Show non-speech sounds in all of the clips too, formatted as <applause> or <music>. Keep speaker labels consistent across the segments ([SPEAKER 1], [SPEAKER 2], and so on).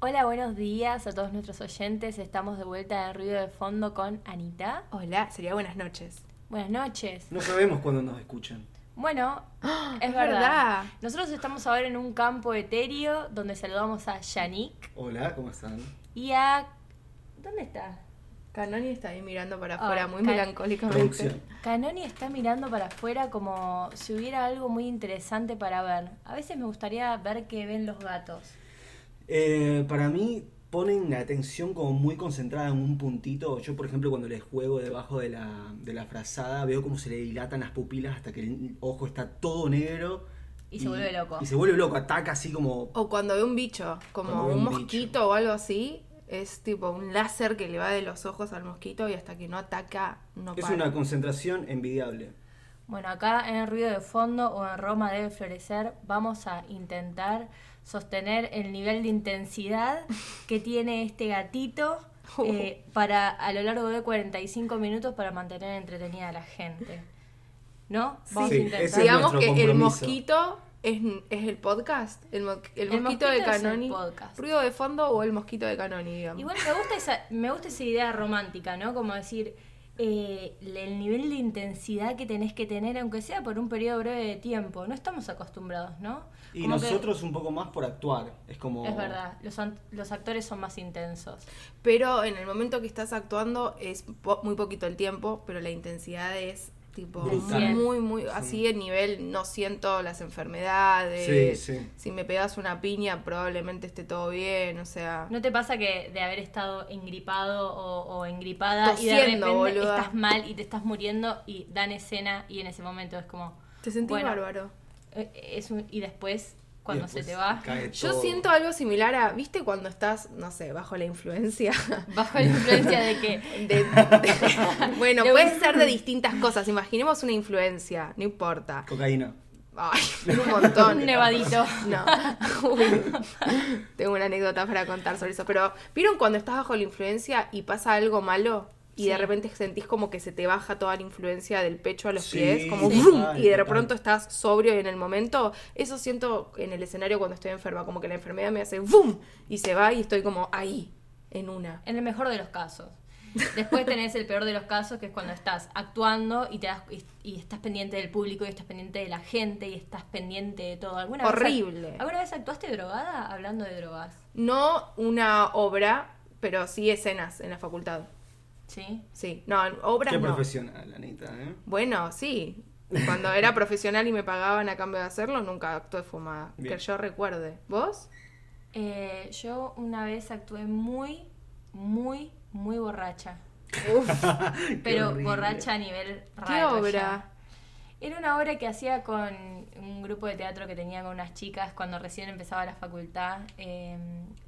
[SPEAKER 1] Hola, buenos días a todos nuestros oyentes. Estamos de vuelta de Ruido de Fondo con Anita.
[SPEAKER 2] Hola, sería buenas noches.
[SPEAKER 1] Buenas noches.
[SPEAKER 3] No sabemos cuándo nos escuchan.
[SPEAKER 1] Bueno, Ah, es
[SPEAKER 2] es
[SPEAKER 1] verdad.
[SPEAKER 2] verdad.
[SPEAKER 1] Nosotros estamos ahora en un campo etéreo donde saludamos a Yannick
[SPEAKER 3] Hola, ¿cómo están?
[SPEAKER 1] y a. ¿Dónde está?
[SPEAKER 2] Canoni está ahí mirando para afuera
[SPEAKER 1] Ah,
[SPEAKER 2] muy
[SPEAKER 1] Can-
[SPEAKER 2] melancólicamente.
[SPEAKER 3] Producción.
[SPEAKER 1] Canoni está mirando para afuera como si hubiera algo muy interesante para ver. A veces me gustaría ver qué ven los gatos.
[SPEAKER 3] Eh, para mí ponen la atención como muy concentrada en un puntito. Yo, por ejemplo, cuando les juego debajo de la, de la frazada, veo cómo se le dilatan las pupilas hasta que el ojo está todo negro.
[SPEAKER 1] Y se vuelve loco. Oh,
[SPEAKER 3] Y se vuelve loco, ataca así como...
[SPEAKER 2] O cuando ve un bicho, como
[SPEAKER 3] Cuando ve
[SPEAKER 2] un,
[SPEAKER 3] un
[SPEAKER 2] mosquito
[SPEAKER 3] bicho.
[SPEAKER 2] o algo así, es tipo un láser que le va de los ojos al mosquito y hasta que no ataca, no
[SPEAKER 3] es
[SPEAKER 2] para.
[SPEAKER 3] una concentración envidiable.
[SPEAKER 1] Bueno, acá en el ruido de fondo o en Roma debe florecer, vamos a intentar sostener el nivel de intensidad que tiene este
[SPEAKER 3] <laughs>
[SPEAKER 1] gatito
[SPEAKER 3] Uh.
[SPEAKER 1] eh, para a lo largo de 45 minutos para mantener entretenida a la gente. ¿No? Vamos
[SPEAKER 3] Sí,
[SPEAKER 1] a intentar.
[SPEAKER 3] ese es
[SPEAKER 2] Digamos
[SPEAKER 3] nuestro
[SPEAKER 2] que el
[SPEAKER 3] compromiso.
[SPEAKER 2] mosquito es, es el podcast, el, mo- el
[SPEAKER 1] El
[SPEAKER 2] mosquito
[SPEAKER 1] mosquito
[SPEAKER 2] de
[SPEAKER 1] es el
[SPEAKER 2] Canoni.
[SPEAKER 1] podcast.
[SPEAKER 2] Ruido de fondo o el mosquito de Canoni, digamos.
[SPEAKER 1] Igual me gusta esa, me gusta esa idea romántica, ¿no? Como decir, eh, el nivel de intensidad que tenés que tener, aunque sea por un periodo breve de tiempo. No estamos acostumbrados, ¿no?
[SPEAKER 3] Y
[SPEAKER 1] Como que-
[SPEAKER 3] nosotros un poco más por actuar. Es como...
[SPEAKER 1] Es verdad, los, an- los actores son más intensos.
[SPEAKER 2] Pero en el momento que estás actuando es po- muy poquito el tiempo, pero la intensidad es tipo
[SPEAKER 3] Brutal.
[SPEAKER 2] muy, muy
[SPEAKER 3] Sí.
[SPEAKER 2] así el nivel, no siento las enfermedades.
[SPEAKER 3] Sí, sí.
[SPEAKER 2] Si me pegas una piña probablemente esté todo bien, o sea...
[SPEAKER 1] ¿No te pasa que de haber estado engripado o, o engripada y de
[SPEAKER 2] Tosiendo,
[SPEAKER 1] repente
[SPEAKER 2] boluda.
[SPEAKER 1] estás mal y te estás muriendo y dan escena y en ese momento es como...
[SPEAKER 2] Te sentís
[SPEAKER 1] bueno,
[SPEAKER 2] bárbaro.
[SPEAKER 1] eh, es un- y después, cuando
[SPEAKER 3] después
[SPEAKER 1] se te va,
[SPEAKER 3] cae
[SPEAKER 2] Yo
[SPEAKER 3] todo.
[SPEAKER 2] siento algo similar a, ¿viste cuando estás, no sé, bajo
[SPEAKER 1] <laughs>
[SPEAKER 2] la influencia?
[SPEAKER 1] <laughs> bajo la influencia de que...
[SPEAKER 2] <laughs>
[SPEAKER 1] <laughs>
[SPEAKER 2] de- de- <laughs> bueno,
[SPEAKER 1] De un-
[SPEAKER 2] puede ser de distintas cosas. Imaginemos una influencia, no importa.
[SPEAKER 3] Cocaína.
[SPEAKER 2] Ay, un
[SPEAKER 1] <laughs>
[SPEAKER 2] montón.
[SPEAKER 1] Un nevadito.
[SPEAKER 2] No. Uy. Tengo una anécdota para contar sobre eso. Pero, ¿vieron cuando estás bajo la influencia y pasa algo malo? Y de
[SPEAKER 1] Sí.
[SPEAKER 2] repente sentís como que se te baja toda la influencia del pecho a los
[SPEAKER 3] Sí,
[SPEAKER 2] pies, como
[SPEAKER 3] sí.
[SPEAKER 2] ¡vrum!
[SPEAKER 3] total,
[SPEAKER 2] y de
[SPEAKER 3] total.
[SPEAKER 2] pronto estás sobrio en el momento. Eso siento en el escenario cuando estoy enferma, como que la enfermedad me hace ¡vum! y se va y estoy como ahí, en una.
[SPEAKER 1] En el mejor de los casos. Después tenés el peor de los casos, que es cuando estás actuando y, te das- y, y estás pendiente del público y estás pendiente de la gente y estás pendiente de todo. ¿Alguna vez act-
[SPEAKER 2] Horrible.
[SPEAKER 1] ¿Alguna vez actuaste drogada hablando de drogas?
[SPEAKER 2] No una obra, pero sí escenas en la facultad.
[SPEAKER 1] ¿Sí?
[SPEAKER 2] Sí, no, obras
[SPEAKER 3] Qué
[SPEAKER 2] no.
[SPEAKER 3] profesional, Anita, ¿eh?
[SPEAKER 2] Bueno, sí. Cuando
[SPEAKER 3] <laughs>
[SPEAKER 2] era profesional y me pagaban a cambio de hacerlo, nunca actué fumada.
[SPEAKER 3] Bien.
[SPEAKER 2] Que yo recuerde. ¿Vos?
[SPEAKER 1] Eh, yo una vez actué muy, muy, muy borracha.
[SPEAKER 2] <laughs>
[SPEAKER 3] Qué
[SPEAKER 1] Pero
[SPEAKER 3] horrible.
[SPEAKER 1] borracha a nivel
[SPEAKER 2] ¿Qué
[SPEAKER 1] raro.
[SPEAKER 2] obra?
[SPEAKER 1] ya. Era una obra que hacía con un grupo de teatro que tenía con unas chicas cuando recién empezaba la facultad. eh,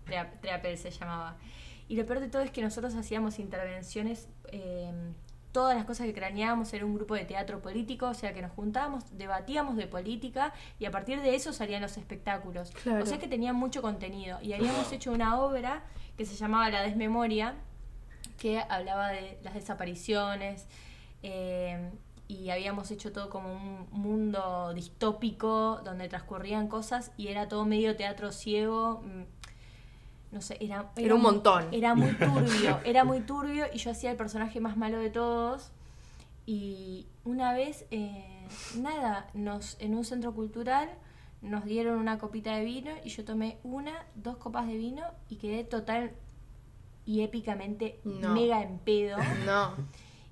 [SPEAKER 1] Trea- Treapel se llamaba. Y lo peor de todo es que nosotros hacíamos intervenciones. eh, todas las cosas que craneábamos era un grupo de teatro político, o sea que nos juntábamos, debatíamos de política y a partir de eso salían los espectáculos.
[SPEAKER 2] Claro.
[SPEAKER 1] O sea que tenía mucho contenido. Y habíamos hecho una obra que se llamaba La Desmemoria, que hablaba de las desapariciones eh, y habíamos hecho todo como un mundo distópico donde transcurrían cosas y era todo medio teatro ciego. mm, No sé, era,
[SPEAKER 2] Era un
[SPEAKER 1] muy-
[SPEAKER 2] montón.
[SPEAKER 1] Era muy turbio, era muy turbio y yo hacía el personaje más malo de todos. Y una vez, eh, nada, nos en un centro cultural nos dieron una copita de vino y yo tomé una, dos copas de vino y quedé total y épicamente
[SPEAKER 2] No.
[SPEAKER 1] mega en pedo.
[SPEAKER 2] No.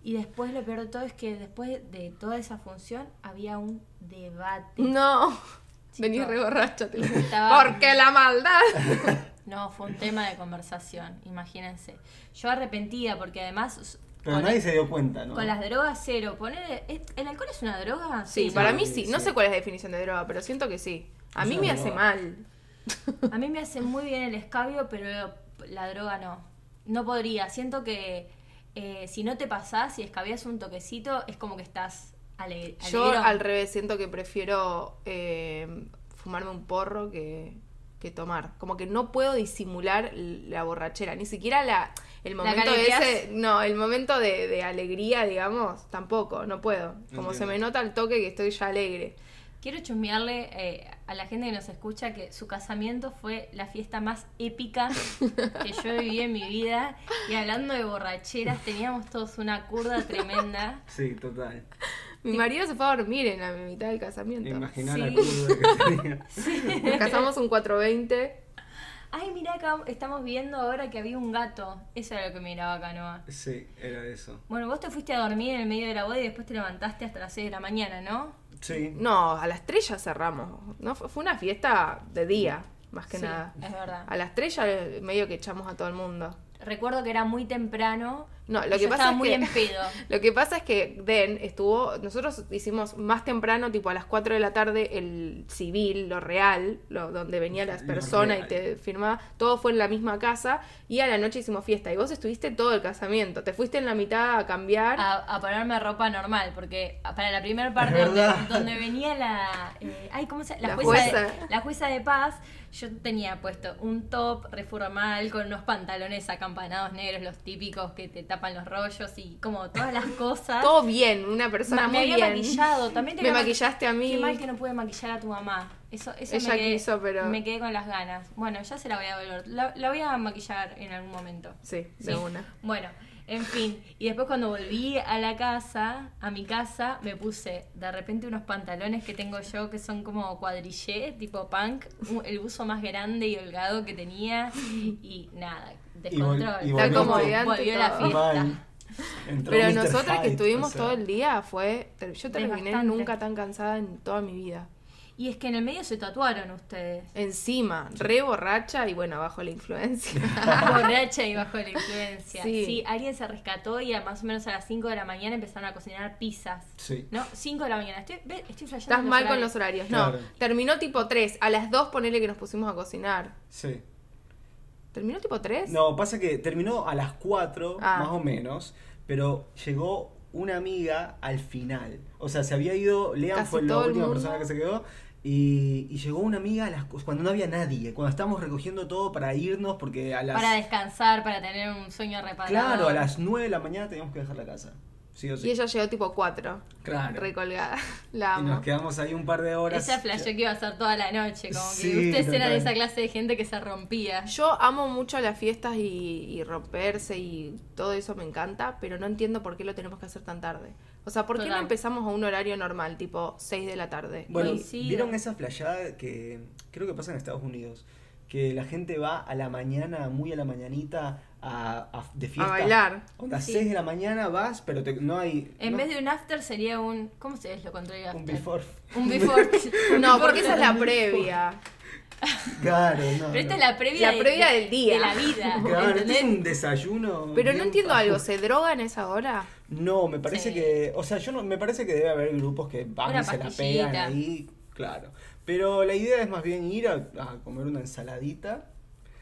[SPEAKER 1] Y después lo peor de todo es que después de toda esa función había un debate.
[SPEAKER 2] No. Venís
[SPEAKER 1] Chico.
[SPEAKER 2] re borracho, te lo-
[SPEAKER 1] Estaba-
[SPEAKER 2] Porque la maldad.
[SPEAKER 1] No, fue un tema de conversación, imagínense. Yo arrepentida porque además
[SPEAKER 3] Pero
[SPEAKER 1] con,
[SPEAKER 3] nadie se dio cuenta, ¿no?
[SPEAKER 1] con las drogas cero, poner el alcohol es una droga?
[SPEAKER 2] Sí,
[SPEAKER 1] ¿no?
[SPEAKER 2] para mí sí. No
[SPEAKER 3] sí.
[SPEAKER 2] sé cuál es la definición de droga, pero siento que sí. A
[SPEAKER 3] Es
[SPEAKER 2] mí
[SPEAKER 3] una
[SPEAKER 2] me hace
[SPEAKER 3] droga.
[SPEAKER 2] mal.
[SPEAKER 1] A mí me hace muy bien el escabio, pero la droga no. No podría. Siento que eh, si no te pasás, si escabias un toquecito, es como que estás alegre.
[SPEAKER 2] Yo
[SPEAKER 1] alegrón.
[SPEAKER 2] al revés siento que prefiero eh, fumarme un porro que, que tomar. Como que no puedo disimular la borrachera, ni siquiera la el
[SPEAKER 1] ¿La
[SPEAKER 2] momento
[SPEAKER 1] careteás?
[SPEAKER 2] ese, no, el momento de, de alegría, digamos, tampoco, no puedo. Como se
[SPEAKER 3] Entiendo.
[SPEAKER 2] me nota el toque que estoy ya alegre.
[SPEAKER 1] Quiero chusmearle eh, a la gente que nos escucha que su casamiento fue la fiesta más épica que yo viví en mi vida. Y hablando de borracheras, teníamos todos una curda tremenda.
[SPEAKER 3] Sí, total.
[SPEAKER 2] Mi marido se fue a dormir en la mitad del casamiento.
[SPEAKER 3] Imaginá la
[SPEAKER 1] Sí.
[SPEAKER 3] curva que tenía.
[SPEAKER 2] Nos casamos un 420.
[SPEAKER 1] Ay, mira, acá estamos viendo ahora que había un gato. Eso era lo que miraba Canoa.
[SPEAKER 3] Sí, era eso.
[SPEAKER 1] Bueno, vos te fuiste a dormir en el medio de la boda y después te levantaste hasta las 6 de la mañana, ¿no?
[SPEAKER 3] Sí.
[SPEAKER 2] No, a las estrella cerramos. No, fue fue una fiesta de día, más que
[SPEAKER 1] Sí,
[SPEAKER 2] nada.
[SPEAKER 1] Es verdad.
[SPEAKER 2] A las estrella medio que echamos a todo el mundo.
[SPEAKER 1] Recuerdo que era muy temprano.
[SPEAKER 2] No, lo
[SPEAKER 1] y
[SPEAKER 2] que
[SPEAKER 1] yo
[SPEAKER 2] pasa
[SPEAKER 1] estaba
[SPEAKER 2] es
[SPEAKER 1] muy
[SPEAKER 2] que-
[SPEAKER 1] en
[SPEAKER 2] <laughs>
[SPEAKER 1] pedo.
[SPEAKER 2] Lo que pasa es que Den estuvo, nosotros hicimos más temprano, tipo a las 4 de la tarde, el civil, lo real, lo, donde venía las
[SPEAKER 3] Lo
[SPEAKER 2] personas y
[SPEAKER 3] real.
[SPEAKER 2] te firmaba, todo fue en la misma casa y a la noche hicimos fiesta y vos estuviste todo el casamiento, te fuiste en la mitad a cambiar.
[SPEAKER 1] a, a ponerme ropa normal, porque para la primera parte
[SPEAKER 3] Es
[SPEAKER 1] donde,
[SPEAKER 3] verdad.
[SPEAKER 1] donde venía la, eh, ay, ¿cómo se, la,
[SPEAKER 2] La
[SPEAKER 1] jueza,
[SPEAKER 2] jueza.
[SPEAKER 1] De, la jueza de paz, yo tenía puesto un top reformal con unos pantalones acampanados negros, los típicos que te tapan los rollos y como todas
[SPEAKER 2] <laughs>
[SPEAKER 1] las cosas.
[SPEAKER 2] todo bien, una
[SPEAKER 1] Ma- me
[SPEAKER 2] persona muy
[SPEAKER 1] había
[SPEAKER 2] bien.
[SPEAKER 1] maquillado, también te
[SPEAKER 2] Me
[SPEAKER 1] había ma-
[SPEAKER 2] maquillaste a mí.
[SPEAKER 1] Qué mal que no pude maquillar a tu mamá. Eso, eso
[SPEAKER 2] Ella
[SPEAKER 1] me quedé,
[SPEAKER 2] quiso, pero-
[SPEAKER 1] me quedé con las ganas. Bueno, ya se la voy a volver. La, la voy a maquillar en algún momento.
[SPEAKER 2] Sí,
[SPEAKER 1] Sí.
[SPEAKER 2] de una.
[SPEAKER 1] Bueno, en fin. Y después cuando volví a la casa, a mi casa, me puse de repente unos pantalones que tengo yo que son como cuadrillé, tipo punk, u- el buzo más grande y holgado que tenía y nada, descontrol.
[SPEAKER 3] y
[SPEAKER 2] Tal como
[SPEAKER 3] volviste.
[SPEAKER 2] de antes
[SPEAKER 1] volvió la
[SPEAKER 2] todo.
[SPEAKER 1] fiesta.
[SPEAKER 3] Mal. Entró
[SPEAKER 2] Pero
[SPEAKER 3] Mr.
[SPEAKER 2] nosotras que
[SPEAKER 3] Hyde,
[SPEAKER 2] estuvimos
[SPEAKER 3] o sea,
[SPEAKER 2] todo el día fue, ter- yo terminé
[SPEAKER 1] Desgastante.
[SPEAKER 2] nunca tan cansada en toda mi vida.
[SPEAKER 1] Y es que en el medio se tatuaron ustedes.
[SPEAKER 2] Encima, re borracha y bueno, bajo la influencia.
[SPEAKER 3] <laughs>
[SPEAKER 1] borracha y bajo la influencia. Sí.
[SPEAKER 2] Sí.
[SPEAKER 1] alguien se rescató y a más o menos a las 5 de la mañana empezaron a cocinar pizzas.
[SPEAKER 3] Sí.
[SPEAKER 1] No, 5 de la mañana. Estoy, ve, estoy flasheando
[SPEAKER 2] Estás mal con
[SPEAKER 1] horarios.
[SPEAKER 2] los horarios.
[SPEAKER 3] Claro.
[SPEAKER 2] No, terminó tipo 3. A las 2 ponele que nos pusimos a cocinar.
[SPEAKER 3] Sí.
[SPEAKER 2] ¿Terminó tipo 3?
[SPEAKER 3] No, pasa que terminó a las 4,
[SPEAKER 2] Ah.
[SPEAKER 3] más o menos, pero llegó una amiga al final. O sea, se había ido, Lean
[SPEAKER 2] Casi
[SPEAKER 3] fue la
[SPEAKER 2] todo el
[SPEAKER 3] última
[SPEAKER 2] mundo.
[SPEAKER 3] persona que se quedó. Y, y llegó una amiga a las, cu- cuando no había nadie, cuando estábamos recogiendo todo para irnos, porque a las.
[SPEAKER 1] Para descansar, para tener un sueño reparado.
[SPEAKER 3] claro, a las 9 de la mañana teníamos que dejar la casa. Sí o sí.
[SPEAKER 2] Y ella llegó tipo 4.
[SPEAKER 3] claro.
[SPEAKER 2] Recolgada. La
[SPEAKER 3] Y nos
[SPEAKER 2] amo.
[SPEAKER 3] quedamos ahí un par de horas.
[SPEAKER 1] Ella flasheó que iba a ser toda la noche, como que
[SPEAKER 3] Sí,
[SPEAKER 1] ustedes eran de
[SPEAKER 3] total.
[SPEAKER 1] esa clase de gente que se rompía.
[SPEAKER 2] Yo amo mucho las fiestas y, y romperse y todo eso me encanta, pero no entiendo por qué lo tenemos que hacer tan tarde. O sea, ¿por qué
[SPEAKER 1] Total.
[SPEAKER 2] no empezamos a un horario normal, tipo 6 de la tarde?
[SPEAKER 3] Bueno,
[SPEAKER 1] Coincido.
[SPEAKER 3] ¿vieron esa flayada que creo que pasa en Estados Unidos? Que la gente va a la mañana, muy a la mañanita, a, a- de fiesta.
[SPEAKER 2] bailar.
[SPEAKER 3] Onda,
[SPEAKER 1] Sí.
[SPEAKER 3] 6 de la mañana vas, pero te- no hay...
[SPEAKER 1] En
[SPEAKER 3] no-
[SPEAKER 1] vez de un after sería un. ¿Cómo se es lo contrario de after?
[SPEAKER 3] Un before.
[SPEAKER 1] Un before. Un
[SPEAKER 2] No,
[SPEAKER 1] before <laughs>
[SPEAKER 2] porque esa es la
[SPEAKER 1] claro.
[SPEAKER 2] previa.
[SPEAKER 3] <laughs> Claro, no.
[SPEAKER 1] Pero esta
[SPEAKER 3] no.
[SPEAKER 1] es la previa,
[SPEAKER 2] La previa del día.
[SPEAKER 1] De la vida.
[SPEAKER 3] Claro, este es
[SPEAKER 1] ¿entendés?
[SPEAKER 3] un desayuno.
[SPEAKER 2] Pero no
[SPEAKER 3] bien
[SPEAKER 2] entiendo
[SPEAKER 3] bajo.
[SPEAKER 2] algo, ¿se drogan a esa hora?
[SPEAKER 3] No, me parece
[SPEAKER 1] Sí.
[SPEAKER 3] que... O sea, yo no, me parece que debe haber grupos que van
[SPEAKER 1] Una
[SPEAKER 3] y se la
[SPEAKER 1] pastillita.
[SPEAKER 3] pegan ahí. Claro. Pero la idea es más bien ir a- a comer una ensaladita.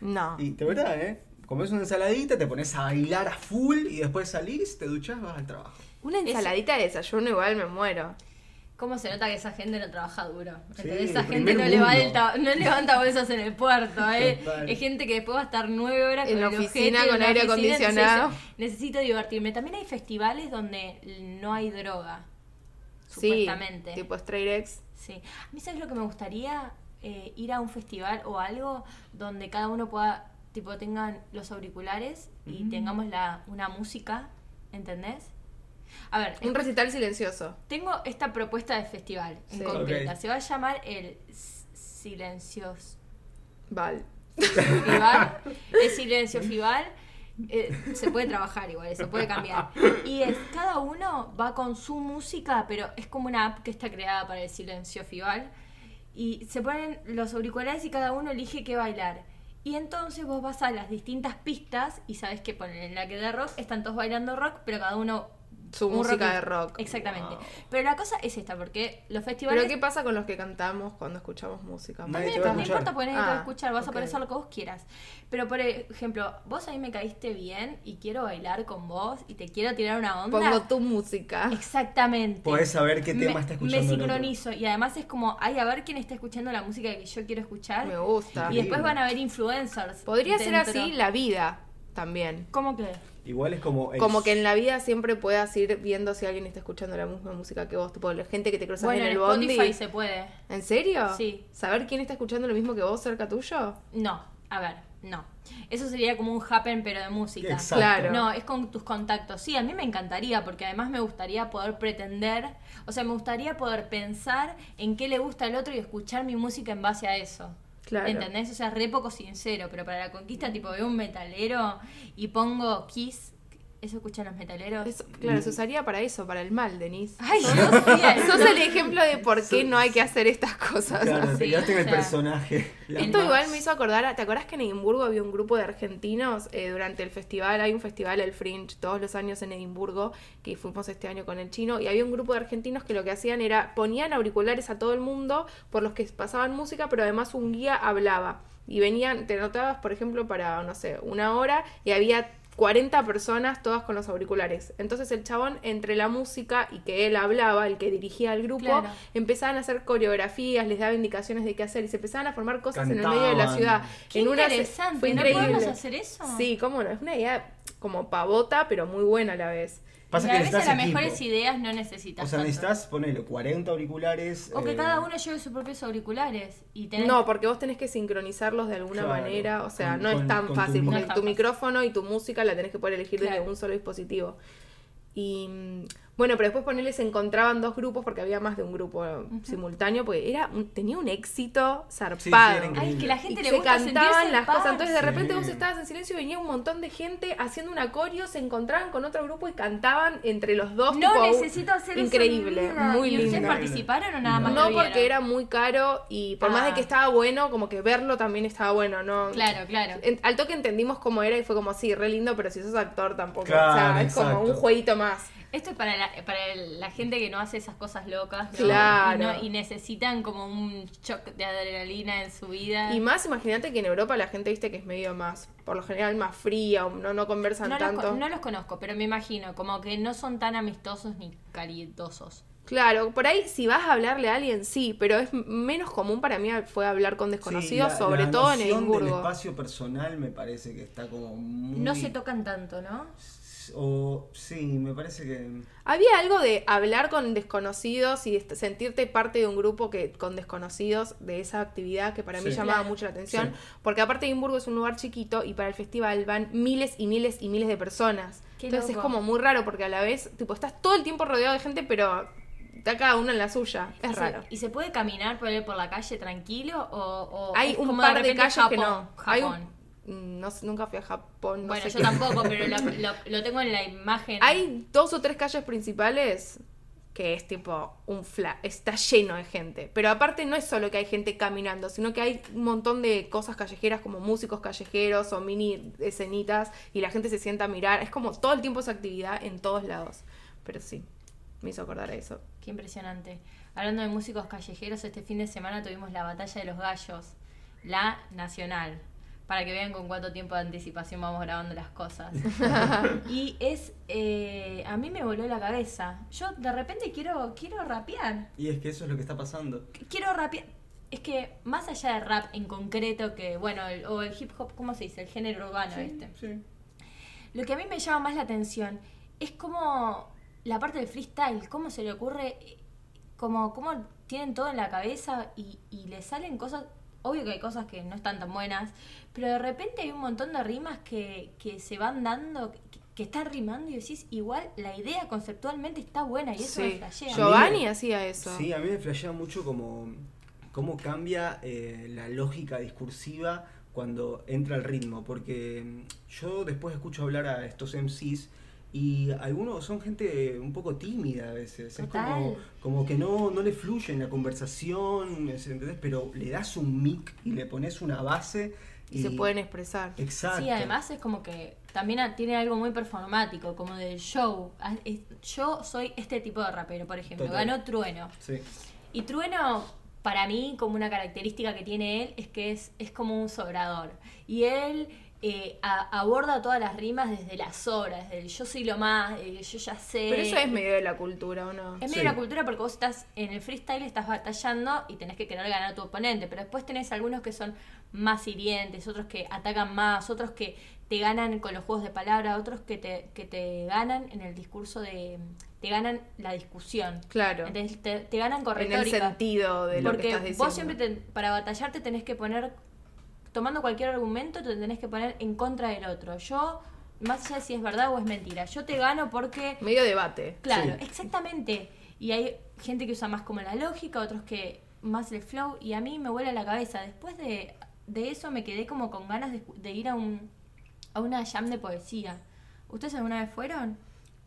[SPEAKER 2] No.
[SPEAKER 3] Y de verdad, ¿eh? Comes una ensaladita, te pones a bailar a full y después salís, te duchas, vas al trabajo.
[SPEAKER 2] Una ensaladita de desayuno igual me muero.
[SPEAKER 1] ¿Cómo se nota que esa gente no trabaja duro?
[SPEAKER 3] Sí,
[SPEAKER 1] Entonces, esa gente
[SPEAKER 3] primer
[SPEAKER 1] no
[SPEAKER 3] mundo.
[SPEAKER 1] levanta, no levanta bolsas en el puerto, ¿eh?
[SPEAKER 3] Total.
[SPEAKER 1] Es gente que después va a estar nueve horas
[SPEAKER 2] En la
[SPEAKER 1] el
[SPEAKER 2] oficina,
[SPEAKER 1] ojete,
[SPEAKER 2] con
[SPEAKER 1] en la
[SPEAKER 2] aire
[SPEAKER 1] oficina, entonces dice,
[SPEAKER 2] acondicionado.
[SPEAKER 1] necesito divertirme. También hay festivales donde no hay droga,
[SPEAKER 2] Sí,
[SPEAKER 1] supuestamente.
[SPEAKER 2] tipo Straight X.
[SPEAKER 1] Sí. A mí, ¿sabes lo que me gustaría? Eh, ir a un festival o algo donde cada uno pueda, tipo, tengan los auriculares y
[SPEAKER 3] Mm.
[SPEAKER 1] tengamos la, una música, ¿entendés? A ver,
[SPEAKER 2] Un recital silencioso.
[SPEAKER 1] Tengo esta propuesta de festival en
[SPEAKER 2] Sí.
[SPEAKER 1] concreta.
[SPEAKER 3] Ok.
[SPEAKER 1] Se va a llamar el S- Silencios
[SPEAKER 2] Val.
[SPEAKER 1] Fival. el Silencio Fival. Eh, se puede trabajar igual, se puede cambiar. Y es, cada uno va con su música, pero es como una app que está creada para el Silencio Fival. Y se ponen los auriculares y cada uno elige qué bailar. Y entonces vos vas a las distintas pistas y sabes que ponen en la que de rock están todos bailando rock, pero cada uno
[SPEAKER 2] Su
[SPEAKER 1] un
[SPEAKER 2] música
[SPEAKER 1] rock-
[SPEAKER 2] de rock.
[SPEAKER 1] Exactamente.
[SPEAKER 3] Wow.
[SPEAKER 1] Pero la cosa es esta, porque los festivales.
[SPEAKER 2] Pero ¿qué pasa con los que cantamos cuando escuchamos música?
[SPEAKER 3] Nadie
[SPEAKER 1] También
[SPEAKER 3] te va a
[SPEAKER 1] no
[SPEAKER 3] escuchar.
[SPEAKER 1] importa porque nadie te va a
[SPEAKER 2] Ah,
[SPEAKER 1] escuchar, vas
[SPEAKER 2] ok.
[SPEAKER 1] a poder hacer lo que vos quieras. Pero por ejemplo, vos a mí me caíste bien y quiero bailar con vos y te quiero tirar una onda.
[SPEAKER 2] Pongo tu música.
[SPEAKER 1] Exactamente.
[SPEAKER 3] Podés saber qué tema
[SPEAKER 1] Me-
[SPEAKER 3] está escuchando.
[SPEAKER 1] Me
[SPEAKER 3] el otro.
[SPEAKER 1] sincronizo y además es como, ay, a ver quién está escuchando la música que yo quiero escuchar.
[SPEAKER 2] Me gusta.
[SPEAKER 1] Y después van a ver influencers.
[SPEAKER 2] Podría ser
[SPEAKER 1] dentro.
[SPEAKER 2] así la vida también.
[SPEAKER 1] ¿Cómo que?
[SPEAKER 3] Y Igual es como. el-
[SPEAKER 2] Como que en la vida siempre puedas ir viendo si alguien está escuchando la misma música que vos, tipo la gente que te cruzas
[SPEAKER 1] Bueno,
[SPEAKER 2] en
[SPEAKER 1] en
[SPEAKER 2] el bondi.
[SPEAKER 1] Spotify se puede.
[SPEAKER 2] ¿En serio?
[SPEAKER 1] Sí.
[SPEAKER 2] ¿Saber quién está escuchando lo mismo que vos cerca tuyo?
[SPEAKER 1] No, a ver, no. Eso sería como un happen, pero de música.
[SPEAKER 3] Exacto.
[SPEAKER 2] Claro.
[SPEAKER 1] No, es con tus contactos. Sí, a mí me encantaría, porque además me gustaría poder pretender, o sea, me gustaría poder pensar en qué le gusta al otro y escuchar mi música en base a eso.
[SPEAKER 2] Claro.
[SPEAKER 1] ¿Entendés? O sea, re poco sincero, pero para la conquista, tipo, veo un metalero y pongo Kiss. ¿Eso escuchan los metaleros?
[SPEAKER 2] Eso- claro, se usaría para eso, para el mal, Denise.
[SPEAKER 1] Ay, Dios
[SPEAKER 2] <laughs>
[SPEAKER 1] mío.
[SPEAKER 2] Sos el ejemplo de por qué no hay que hacer estas cosas.
[SPEAKER 3] Claro,
[SPEAKER 1] <laughs>
[SPEAKER 3] te
[SPEAKER 1] Sí,
[SPEAKER 3] quedaste en
[SPEAKER 1] o
[SPEAKER 3] el
[SPEAKER 1] sea,
[SPEAKER 3] personaje. La-
[SPEAKER 2] Esto
[SPEAKER 1] Ambas.
[SPEAKER 2] igual me hizo acordar, a- ¿te acordás que en Edimburgo había un grupo de argentinos eh, durante el festival? Hay un festival, el Fringe, todos los años en Edimburgo, que fuimos este año con el chino, y había un grupo de argentinos que lo que hacían era ponían auriculares a todo el mundo por los que pasaban música, pero además un guía hablaba. Y venían, te notabas, por ejemplo, para, no sé, una hora, y había 40 personas todas con los auriculares. Entonces el chabón, entre la música y que él hablaba, el que dirigía el grupo,
[SPEAKER 1] Claro.
[SPEAKER 2] empezaban a hacer coreografías, les daba indicaciones de qué hacer y se empezaban a formar cosas en el medio de la
[SPEAKER 3] Cantaban.
[SPEAKER 2] ciudad.
[SPEAKER 1] Qué
[SPEAKER 2] en una se-
[SPEAKER 1] interesante,
[SPEAKER 2] fue
[SPEAKER 1] ¿no
[SPEAKER 2] increíble.
[SPEAKER 1] podemos hacer eso?
[SPEAKER 2] Sí, cómo no, es una idea como pavota, pero muy buena a la vez.
[SPEAKER 3] Pasa
[SPEAKER 1] Y
[SPEAKER 3] que
[SPEAKER 1] a veces
[SPEAKER 3] necesitas
[SPEAKER 1] las
[SPEAKER 3] equipo.
[SPEAKER 1] mejores ideas no necesitas.
[SPEAKER 3] O sea,
[SPEAKER 1] tanto.
[SPEAKER 3] necesitas, ponele, 40 auriculares.
[SPEAKER 1] O que
[SPEAKER 3] eh,
[SPEAKER 1] cada uno lleve sus propios auriculares y tenés
[SPEAKER 2] No, porque vos tenés que sincronizarlos de alguna
[SPEAKER 3] Claro,
[SPEAKER 2] manera, o sea,
[SPEAKER 3] con-
[SPEAKER 2] no es
[SPEAKER 3] con-
[SPEAKER 2] tan
[SPEAKER 3] con tu
[SPEAKER 2] fácil,
[SPEAKER 3] mic-
[SPEAKER 2] porque
[SPEAKER 1] No es tan
[SPEAKER 2] tu
[SPEAKER 1] fácil.
[SPEAKER 2] micrófono y tu música la tenés que poder elegir desde
[SPEAKER 1] Claro.
[SPEAKER 2] un solo dispositivo. Y mm, bueno, pero después ponerle se encontraban dos grupos porque había más de un grupo simultáneo, porque era un- tenía un éxito zarpado.
[SPEAKER 3] increíble.
[SPEAKER 1] Ay, es que la gente
[SPEAKER 2] y
[SPEAKER 1] le
[SPEAKER 2] se
[SPEAKER 1] gusta
[SPEAKER 2] cantaban
[SPEAKER 1] sentirse
[SPEAKER 2] las
[SPEAKER 1] par.
[SPEAKER 2] cosas. Entonces de
[SPEAKER 3] Sí.
[SPEAKER 2] repente vos estabas en silencio y venía un montón de gente haciendo un acorio, se encontraban con otro grupo y cantaban entre los dos.
[SPEAKER 1] No
[SPEAKER 2] tipo,
[SPEAKER 1] necesito hacer eso en
[SPEAKER 2] Increíble,
[SPEAKER 1] mi vida.
[SPEAKER 2] muy
[SPEAKER 1] ¿Y
[SPEAKER 2] lindo.
[SPEAKER 1] ustedes participaron o nada
[SPEAKER 3] No.
[SPEAKER 1] más? lo
[SPEAKER 2] No,
[SPEAKER 1] vieron?
[SPEAKER 2] porque era muy caro y por más de que
[SPEAKER 1] Ah.
[SPEAKER 2] estaba bueno, como que verlo también estaba bueno, ¿no?
[SPEAKER 1] Claro, claro.
[SPEAKER 2] En- al toque entendimos cómo era y fue como, sí, re lindo, pero si sos actor tampoco. o sea,
[SPEAKER 3] Claro,
[SPEAKER 2] es como
[SPEAKER 3] exacto.
[SPEAKER 2] un jueguito más.
[SPEAKER 1] Esto es para la, para el- la gente que no hace esas cosas locas. ¿no?
[SPEAKER 2] Claro.
[SPEAKER 1] Y, no- y necesitan como un shock de adrenalina en su vida.
[SPEAKER 2] Y más, imagínate que en Europa la gente, viste, que es medio más, por lo general, más fría, o no, no conversan
[SPEAKER 1] no, los,
[SPEAKER 2] tanto.
[SPEAKER 1] con- no los conozco, pero me imagino como que no son tan amistosos ni calidosos.
[SPEAKER 2] Claro, por ahí si vas a hablarle a alguien, sí, pero es m- menos común para mí fue hablar con
[SPEAKER 3] sí,
[SPEAKER 2] desconocidos,
[SPEAKER 3] la-
[SPEAKER 2] sobre
[SPEAKER 3] la
[SPEAKER 2] todo en
[SPEAKER 3] noción del
[SPEAKER 2] Edimburgo.
[SPEAKER 3] espacio personal me parece que está como muy...
[SPEAKER 1] No se tocan tanto, ¿no?
[SPEAKER 3] O sí, me parece que...
[SPEAKER 2] Había algo de hablar con desconocidos y est- sentirte parte de un grupo que con desconocidos de esa actividad que para mí
[SPEAKER 3] Sí.
[SPEAKER 2] llamaba
[SPEAKER 1] Claro.
[SPEAKER 2] mucho la atención,
[SPEAKER 3] Sí.
[SPEAKER 2] porque aparte Edimburgo es un lugar chiquito y para el festival van miles y miles y miles de personas.
[SPEAKER 1] Qué
[SPEAKER 2] Entonces
[SPEAKER 1] loco.
[SPEAKER 2] es como muy raro porque a la vez, tipo, estás todo el tiempo rodeado de gente, pero está cada uno en la suya. Es
[SPEAKER 1] ¿Y se-
[SPEAKER 2] raro.
[SPEAKER 1] ¿Y se puede caminar por, ahí por la calle tranquilo? O, o
[SPEAKER 2] Hay
[SPEAKER 1] es
[SPEAKER 2] un
[SPEAKER 1] como
[SPEAKER 2] par de,
[SPEAKER 1] repente
[SPEAKER 2] calles que
[SPEAKER 1] Japón,
[SPEAKER 2] no. Hay un-
[SPEAKER 1] Japón.
[SPEAKER 2] Mm, no sé, nunca fui a Japón. No
[SPEAKER 1] bueno,
[SPEAKER 2] sé
[SPEAKER 1] yo
[SPEAKER 2] qué-
[SPEAKER 1] tampoco, pero lo, lo- lo tengo en la imagen.
[SPEAKER 2] <laughs> Hay dos o tres calles principales que es tipo un fla, está lleno de gente. Pero aparte no es solo que hay gente caminando, sino que hay un montón de cosas callejeras como músicos callejeros o mini escenitas y la gente se sienta a mirar. Es como todo el tiempo esa actividad en todos lados. Pero sí, me hizo acordar a eso.
[SPEAKER 1] Qué impresionante. Hablando de músicos callejeros, este fin de semana tuvimos la batalla de los gallos, la nacional, para que vean con cuánto tiempo de anticipación vamos grabando las cosas. y es, eh, a mí me voló la cabeza. Yo de repente quiero, quiero rapear.
[SPEAKER 3] Y es que eso es lo que está pasando.
[SPEAKER 1] quiero rapear. Es que más allá de rap en concreto, que bueno, el- o el hip hop, ¿cómo se dice? El género urbano este.
[SPEAKER 3] Sí.
[SPEAKER 1] Lo que a mí me llama más la atención es como la parte del freestyle, cómo se le ocurre, eh, como cómo tienen todo en la cabeza y, y le salen cosas. Obvio que hay cosas que no están tan buenas, pero de repente hay un montón de rimas que, que se van dando, que, que están rimando y decís, igual la idea conceptualmente está buena y eso me
[SPEAKER 2] Sí.
[SPEAKER 1] flashea.
[SPEAKER 2] Giovanni hacía eso.
[SPEAKER 3] Sí, a mí me flashea mucho como cómo cambia eh, la lógica discursiva cuando entra el ritmo, porque mm, yo después escucho hablar a estos MCs y algunos son gente un poco tímida a veces, es como,
[SPEAKER 1] Total.
[SPEAKER 3] como que no, no le fluye en la conversación, es- ¿entendés? Pero le das un mic y le pones una base
[SPEAKER 2] Y se pueden expresar.
[SPEAKER 3] Exacto.
[SPEAKER 1] Sí, además es como que también a- tiene algo muy performático, como del show. Ah, es- Yo soy este tipo de rapero, por ejemplo.
[SPEAKER 3] Total.
[SPEAKER 1] Ganó Trueno.
[SPEAKER 3] Sí.
[SPEAKER 1] Y Trueno, para mí, como una característica que tiene él, es que es, es como un sobrador. Y él eh, a- aborda todas las rimas desde las obras, desde el yo soy lo más, el yo ya sé.
[SPEAKER 2] Pero eso es medio de la cultura, ¿o no?
[SPEAKER 1] Es medio
[SPEAKER 3] Sí.
[SPEAKER 1] una cultura porque vos estás en el freestyle, estás batallando y tenés que querer ganar a tu oponente, pero después tenés algunos que son más hirientes, otros que atacan más, otros que te ganan con los juegos de palabra, otros que te, que te ganan en el discurso de... te ganan la discusión.
[SPEAKER 2] Claro.
[SPEAKER 1] Entonces te, te ganan con
[SPEAKER 2] En el
[SPEAKER 1] retórica.
[SPEAKER 2] sentido de lo que
[SPEAKER 1] porque
[SPEAKER 2] estás diciendo.
[SPEAKER 1] vos siempre te- para batallar te tenés que poner, tomando cualquier argumento, te tenés que poner en contra del otro. Yo, más allá de si es verdad o es mentira, yo te gano porque...
[SPEAKER 2] Medio debate.
[SPEAKER 1] Claro,
[SPEAKER 3] Sí.
[SPEAKER 1] exactamente. Y hay gente que usa más como la lógica, otros que más el flow, y a mí me vuela la cabeza. Después de, de eso me quedé como con ganas de, de ir a, un, a una jam de poesía. ¿Ustedes alguna vez fueron?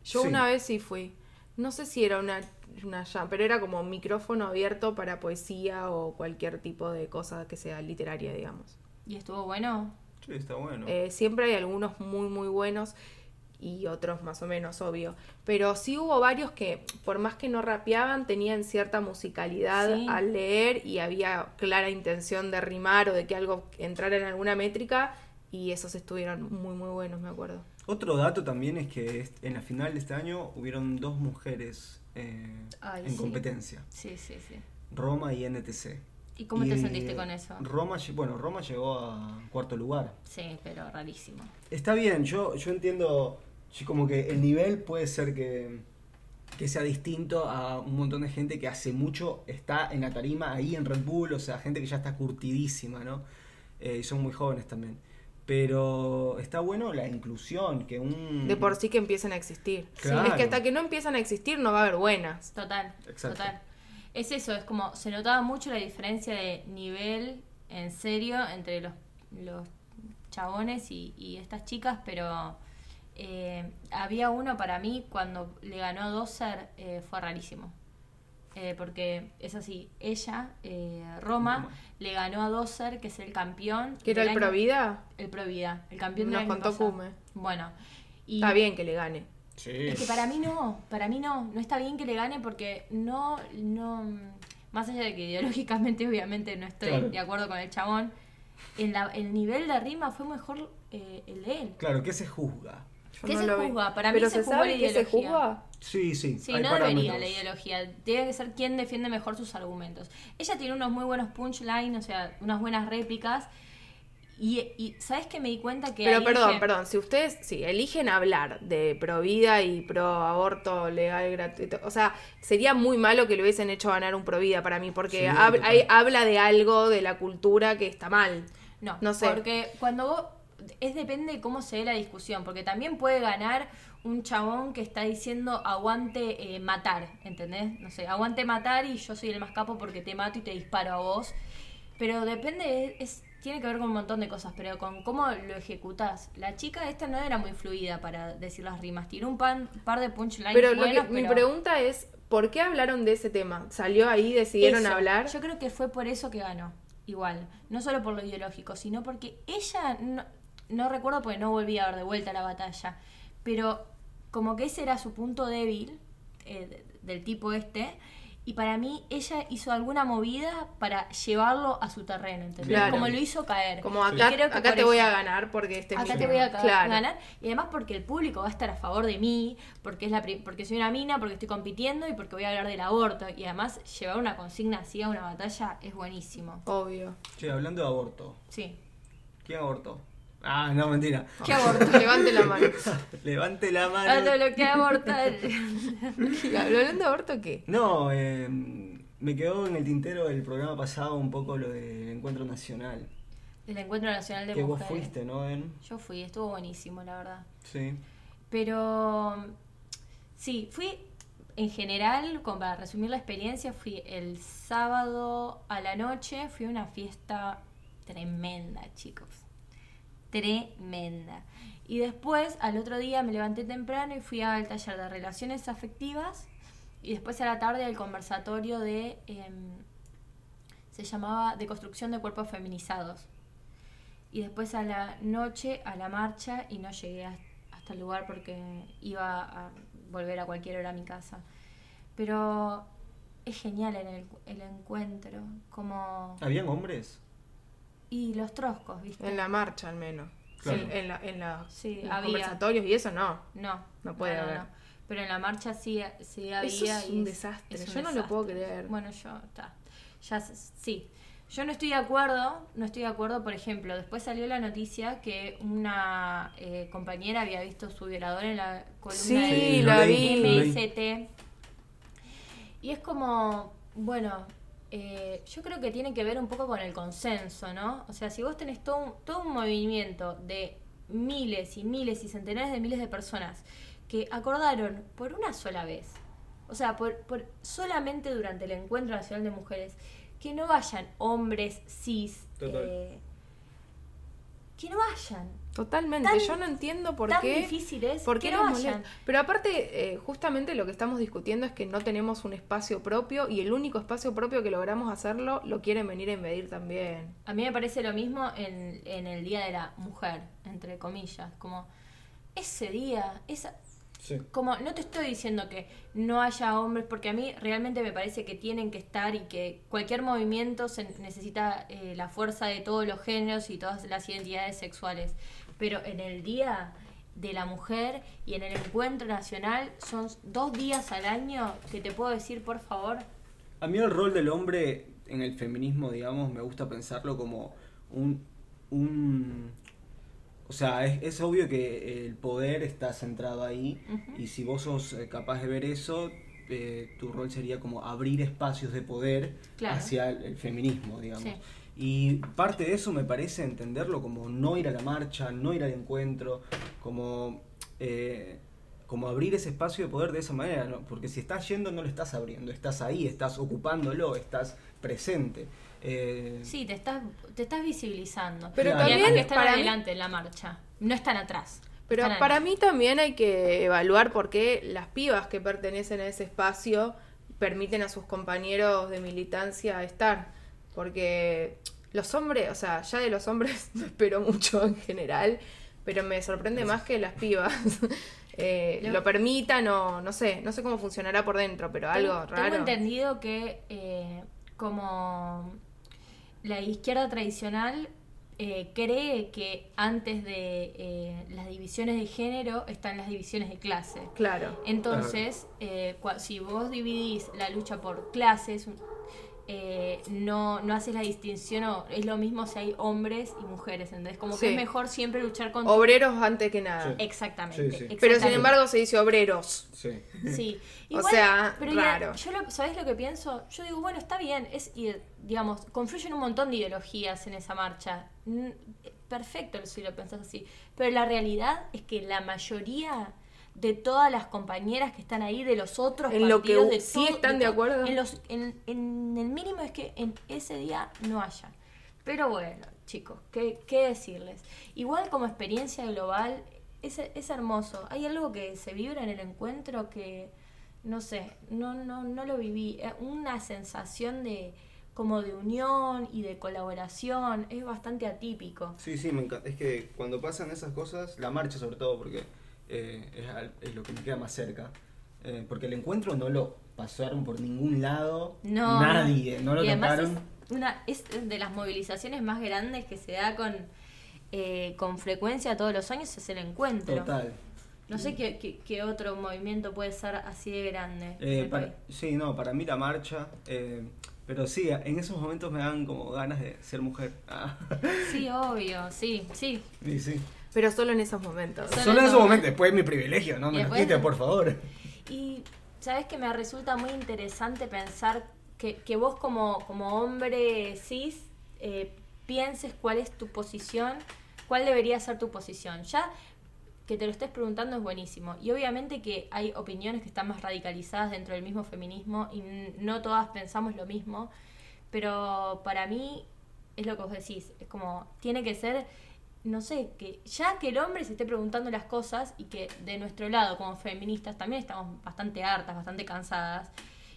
[SPEAKER 2] Yo
[SPEAKER 3] Sí.
[SPEAKER 2] una vez sí fui. No sé si era una, una ya, pero era como micrófono abierto para poesía o cualquier tipo de cosa que sea literaria, digamos.
[SPEAKER 1] ¿Y estuvo bueno?
[SPEAKER 4] Che, está bueno.
[SPEAKER 2] Eh, siempre hay algunos muy, muy buenos y otros más o menos, obvio. Pero sí hubo varios que, por más que no rapeaban, tenían cierta musicalidad
[SPEAKER 1] Sí.
[SPEAKER 2] al leer y había clara intención de rimar o de que algo entrara en alguna métrica y esos estuvieron muy, muy buenos, me acuerdo.
[SPEAKER 3] Otro dato también es que est- en la final de este año hubieron dos mujeres eh,
[SPEAKER 1] Ay,
[SPEAKER 3] en
[SPEAKER 1] sí.
[SPEAKER 3] competencia,
[SPEAKER 1] Sí, sí, sí.
[SPEAKER 3] Roma y NTC.
[SPEAKER 1] ¿Y cómo te
[SPEAKER 3] Y,
[SPEAKER 1] sentiste con
[SPEAKER 3] eh,
[SPEAKER 1] eso?
[SPEAKER 3] Roma, lle- bueno, Roma llegó a cuarto lugar.
[SPEAKER 1] Sí, pero rarísimo.
[SPEAKER 3] Está bien, yo, yo entiendo yo como que el nivel puede ser que, que sea distinto a un montón de gente que hace mucho está en la tarima, ahí en Red Bull, o sea, gente que ya está curtidísima, ¿no? Eh, y son muy jóvenes también. Pero está bueno la inclusión, que un...
[SPEAKER 2] De por sí que empiecen a existir.
[SPEAKER 3] Mm. Claro.
[SPEAKER 2] Es que hasta que no empiezan a existir no va a haber buenas.
[SPEAKER 1] Total,
[SPEAKER 3] Exacto.
[SPEAKER 1] total. Es eso, es como se notaba mucho la diferencia de nivel en serio entre los, los chabones y, y estas chicas, pero eh, había uno para mí cuando le ganó a Dozer, eh, fue rarísimo. Eh, porque es así, ella, eh, Roma,
[SPEAKER 3] Roma.
[SPEAKER 1] le ganó a Dozer, que es el campeón.
[SPEAKER 2] Que era
[SPEAKER 1] del
[SPEAKER 2] el
[SPEAKER 1] año-
[SPEAKER 2] Provida.
[SPEAKER 1] El Provida, el campeón del
[SPEAKER 2] Nos
[SPEAKER 1] año
[SPEAKER 2] contó
[SPEAKER 1] pasado.
[SPEAKER 2] Kume.
[SPEAKER 1] Bueno. y-
[SPEAKER 2] Está bien que le gane.
[SPEAKER 3] Sí.
[SPEAKER 1] es que para mí no, para mí no, no está bien que le gane porque no, no, más allá de que ideológicamente <laughs> obviamente no estoy
[SPEAKER 3] Claro.
[SPEAKER 1] de acuerdo con el chabón, en la- el nivel de rima fue mejor eh, el de él.
[SPEAKER 3] Claro, que se juzga.
[SPEAKER 2] Yo
[SPEAKER 1] ¿Qué se
[SPEAKER 2] lo vi.
[SPEAKER 1] juzga? Para mí
[SPEAKER 2] ¿Pero
[SPEAKER 1] se
[SPEAKER 2] se
[SPEAKER 1] juzgó
[SPEAKER 2] sabe
[SPEAKER 1] la
[SPEAKER 2] qué se
[SPEAKER 1] ideología.
[SPEAKER 2] juzga?
[SPEAKER 3] Sí, sí.
[SPEAKER 1] Sí,
[SPEAKER 3] hay
[SPEAKER 1] no debería
[SPEAKER 3] parámetros.
[SPEAKER 1] la ideología, tiene que ser quien defiende mejor sus argumentos. Ella tiene unos muy buenos punchlines, o sea, unas buenas réplicas. Y, y ¿sabes que me di cuenta que...
[SPEAKER 2] Pero
[SPEAKER 1] ahí
[SPEAKER 2] perdón,
[SPEAKER 1] dije-
[SPEAKER 2] perdón, si ustedes sí, eligen hablar de pro vida y pro aborto legal gratuito, o sea, sería muy malo que le hubiesen hecho ganar un pro vida para mí, porque
[SPEAKER 3] Sí,
[SPEAKER 2] hab-
[SPEAKER 3] total.
[SPEAKER 2] hay- habla de algo de la cultura que está mal.
[SPEAKER 1] No,
[SPEAKER 2] No sé.
[SPEAKER 1] Porque cuando vos. Es depende de cómo se dé la discusión, porque también puede ganar un chabón que está diciendo aguante eh, matar, ¿entendés? No sé, aguante matar y yo soy el más capo porque te mato y te disparo a vos. Pero depende, es, es- tiene que ver con un montón de cosas, pero con cómo lo ejecutás. La chica esta no era muy fluida para decir las rimas, tiró un pan- par de punchlines
[SPEAKER 2] Pero, lo que,
[SPEAKER 1] buenos,
[SPEAKER 2] mi
[SPEAKER 1] pero-
[SPEAKER 2] pregunta es, ¿por qué hablaron de ese tema? ¿Salió ahí, decidieron
[SPEAKER 1] Eso.
[SPEAKER 2] hablar?
[SPEAKER 1] Yo creo que fue por eso que ganó. Igual. No solo por lo ideológico, sino porque ella. No, no recuerdo porque no volví a ver de vuelta la batalla. Pero como que ese era su punto débil. eh, de- del tipo este. Y para mí ella hizo alguna movida para llevarlo a su terreno, ¿entendés?
[SPEAKER 2] Claro.
[SPEAKER 1] Como lo hizo caer.
[SPEAKER 2] Como
[SPEAKER 1] Y
[SPEAKER 2] acá,
[SPEAKER 1] creo que
[SPEAKER 2] acá
[SPEAKER 1] por
[SPEAKER 2] te voy
[SPEAKER 1] eso-
[SPEAKER 2] a ganar porque este es mi
[SPEAKER 1] Acá te
[SPEAKER 2] tema.
[SPEAKER 1] voy a ca-
[SPEAKER 2] Claro.
[SPEAKER 1] ganar. Y además porque el público va a estar a favor de mí, porque es la pri- porque soy una mina, porque estoy compitiendo y porque voy a hablar del aborto. Y además llevar una consigna así a una batalla es buenísimo.
[SPEAKER 2] Obvio.
[SPEAKER 3] Che, hablando de aborto.
[SPEAKER 1] Sí.
[SPEAKER 3] ¿Quién abortó? Ah,
[SPEAKER 1] <laughs>
[SPEAKER 3] no, mentira.
[SPEAKER 1] ¿Qué aborto?
[SPEAKER 2] <laughs> Levante la
[SPEAKER 1] <laughs>
[SPEAKER 2] mano.
[SPEAKER 3] Levante la mano.
[SPEAKER 1] Ah, no, lo que aborta.
[SPEAKER 2] ¿Hablando de aborto qué?
[SPEAKER 3] No, eh, me quedó en el tintero del programa pasado un poco lo del encuentro nacional.
[SPEAKER 1] <laughs> El Encuentro Nacional de
[SPEAKER 3] que vos
[SPEAKER 1] Mujeres.
[SPEAKER 3] fuiste, ¿no, Ben?
[SPEAKER 1] Yo fui, estuvo buenísimo, la verdad.
[SPEAKER 3] Sí.
[SPEAKER 1] Pero sí, fui en general, como para resumir la experiencia, fui el sábado a la noche, fui a una fiesta tremenda, chicos. Tremenda. Y después, al otro día, me levanté temprano y fui al taller de relaciones afectivas. Y después a la tarde al conversatorio de... em, se llamaba De construcción de cuerpos feminizados. Y después a la noche a la marcha y no llegué has- hasta el lugar porque iba a volver a cualquier hora a mi casa. Pero es genial en el, el encuentro, como...
[SPEAKER 3] ¿Habían hombres?
[SPEAKER 1] Y los troscos, ¿viste?
[SPEAKER 2] En la marcha al menos.
[SPEAKER 3] Claro.
[SPEAKER 2] En, en la- en la-
[SPEAKER 1] Sí,
[SPEAKER 2] en los
[SPEAKER 1] había.
[SPEAKER 2] conversatorios y eso no.
[SPEAKER 1] No,
[SPEAKER 2] No puede haber.
[SPEAKER 1] Pero en la marcha sí, sí había.
[SPEAKER 2] Eso es
[SPEAKER 1] y
[SPEAKER 2] un desastre,
[SPEAKER 1] es un
[SPEAKER 2] yo no lo puedo creer.
[SPEAKER 1] Bueno, yo, está. Ya, s- sí. Yo no estoy de acuerdo, no estoy de acuerdo, por ejemplo, después salió la noticia que una eh, compañera había visto su violador en la columna
[SPEAKER 2] Sí,
[SPEAKER 1] de
[SPEAKER 2] lo
[SPEAKER 3] la
[SPEAKER 2] vi.
[SPEAKER 1] MST. Y es como, bueno, eh, yo creo que tiene que ver un poco con el consenso, ¿no? O sea, si vos tenés todo un, todo un movimiento de miles y miles y centenares de miles de personas que acordaron por una sola vez, o sea, por, por solamente durante el Encuentro Nacional de Mujeres, que no vayan hombres cis,
[SPEAKER 3] Total.
[SPEAKER 1] eh, que no vayan.
[SPEAKER 2] Totalmente,
[SPEAKER 1] Tan-
[SPEAKER 2] yo no entiendo por
[SPEAKER 1] tan
[SPEAKER 2] qué.
[SPEAKER 1] difícil es
[SPEAKER 2] por
[SPEAKER 1] que
[SPEAKER 2] qué
[SPEAKER 1] no
[SPEAKER 2] nos
[SPEAKER 1] vayan.
[SPEAKER 2] molesta. Pero aparte, eh, justamente lo que estamos discutiendo es que no tenemos un espacio propio y el único espacio propio que logramos hacerlo lo quieren venir a invadir también.
[SPEAKER 1] A mí me parece lo mismo en, en el Día de la Mujer, entre comillas, como ese día, esa,
[SPEAKER 3] Sí.
[SPEAKER 1] como no te estoy diciendo que no haya hombres, porque a mí realmente me parece que tienen que estar y que cualquier movimiento se necesita eh, la fuerza de todos los géneros y todas las identidades sexuales. Pero en el Día de la Mujer y en el Encuentro Nacional son dos días al año que te puedo decir, por favor,
[SPEAKER 3] A mí el rol del hombre en el feminismo, digamos, me gusta pensarlo como un... un o sea, es, es obvio que el poder está centrado ahí
[SPEAKER 1] Ujú.
[SPEAKER 3] y si vos sos eh, capaz de ver eso, eh, tu rol sería como abrir espacios de poder
[SPEAKER 1] Claro.
[SPEAKER 3] hacia el, el feminismo, digamos.
[SPEAKER 1] Sí.
[SPEAKER 3] Y parte de eso me parece entenderlo como no ir a la marcha, no ir al encuentro, como... eh, como abrir ese espacio de poder de esa manera, ¿no? porque si estás yendo no lo estás abriendo, estás ahí, estás ocupándolo, estás presente. Eh,
[SPEAKER 1] sí, te estás, te estás visibilizando.
[SPEAKER 2] Pero
[SPEAKER 1] Y
[SPEAKER 3] también
[SPEAKER 1] además que están
[SPEAKER 2] para mí-
[SPEAKER 1] adelante en la marcha, no están atrás.
[SPEAKER 2] Pero
[SPEAKER 1] están
[SPEAKER 2] para
[SPEAKER 1] adelante.
[SPEAKER 2] mí también hay que evaluar por qué las pibas que pertenecen a ese espacio permiten a sus compañeros de militancia estar. Porque los hombres, o sea, ya de los hombres <laughs> no espero mucho en general, pero me sorprende más que las pibas <laughs> eh,
[SPEAKER 1] Lo-
[SPEAKER 2] lo permitan o no sé, no sé cómo funcionará por dentro, pero algo
[SPEAKER 1] Tengo- Tengo
[SPEAKER 2] raro.
[SPEAKER 1] entendido que eh, como la izquierda tradicional eh, cree que antes de eh, las divisiones de género están las divisiones de clase.
[SPEAKER 2] Claro.
[SPEAKER 1] Entonces, eh, cua- si vos dividís la lucha por clases, eh, no, no haces la distinción, o es lo mismo si hay hombres y mujeres, ¿entendés? Como que
[SPEAKER 2] Sí.
[SPEAKER 1] es mejor siempre luchar contra...
[SPEAKER 2] Obreros antes que nada.
[SPEAKER 3] Sí.
[SPEAKER 1] Exactamente.
[SPEAKER 3] Sí, sí.
[SPEAKER 2] Pero sin
[SPEAKER 1] exactamente.
[SPEAKER 2] embargo se dice obreros.
[SPEAKER 3] sí.
[SPEAKER 2] <laughs>
[SPEAKER 1] Sí.
[SPEAKER 2] O sea,
[SPEAKER 1] ya-
[SPEAKER 2] raro.
[SPEAKER 1] yo lo, ¿Sabés lo que pienso? Yo digo, bueno, está bien, es ide- digamos, confluyen un montón de ideologías en esa marcha. Mm, Perfecto si lo pensás así. Pero la realidad es que la mayoría de todas las compañeras que están ahí, de los otros
[SPEAKER 2] En lo que
[SPEAKER 1] partidos, de
[SPEAKER 2] sí
[SPEAKER 1] todo-
[SPEAKER 2] están de
[SPEAKER 1] todo,
[SPEAKER 2] acuerdo.
[SPEAKER 1] En, los, en, en el mínimo es que en ese día no haya. Pero bueno, chicos, ¿qué, qué decirles? Igual como experiencia global, es, es hermoso. Hay algo que se vibra en el encuentro que, no sé, no, no, no lo viví. Eh, Una sensación de como de unión y de colaboración es bastante atípico.
[SPEAKER 3] Sí, sí, me encanta. Es que cuando pasan esas cosas, la marcha sobre todo, porque eh, es, al- es lo que me queda más cerca. Eh, porque el encuentro no lo pasaron por ningún lado,
[SPEAKER 1] No.
[SPEAKER 3] nadie, no lo
[SPEAKER 1] y además
[SPEAKER 3] tocaron.
[SPEAKER 1] es, una, es de las movilizaciones más grandes que se da con, eh, con frecuencia todos los años, es el encuentro.
[SPEAKER 3] Total.
[SPEAKER 1] No sé qué, qué- qué otro movimiento puede ser así de grande. en
[SPEAKER 3] Eh,
[SPEAKER 1] el
[SPEAKER 3] para-
[SPEAKER 1] país.
[SPEAKER 3] sí, no, para mí la marcha. eh, pero sí, en esos momentos me dan como ganas de ser mujer. Ah, <laughs>
[SPEAKER 1] Sí, obvio, sí, sí.
[SPEAKER 3] y sí.
[SPEAKER 2] Pero solo en esos momentos.
[SPEAKER 1] Solo
[SPEAKER 3] Solo en
[SPEAKER 1] eso.
[SPEAKER 3] ese momento, después mi privilegio, no me lo
[SPEAKER 1] Después-
[SPEAKER 3] quite, por favor.
[SPEAKER 1] Y sabes que me resulta muy interesante pensar que, que vos como, como hombre cis eh, pienses cuál es tu posición, cuál debería ser tu posición. Ya que te lo estés preguntando es buenísimo. Y obviamente que hay opiniones que están más radicalizadas dentro del mismo feminismo y n- no todas pensamos lo mismo, pero para mí es lo que vos decís, es como, tiene que ser, no sé, que ya que el hombre se esté preguntando las cosas y que de nuestro lado como feministas también estamos bastante hartas, bastante cansadas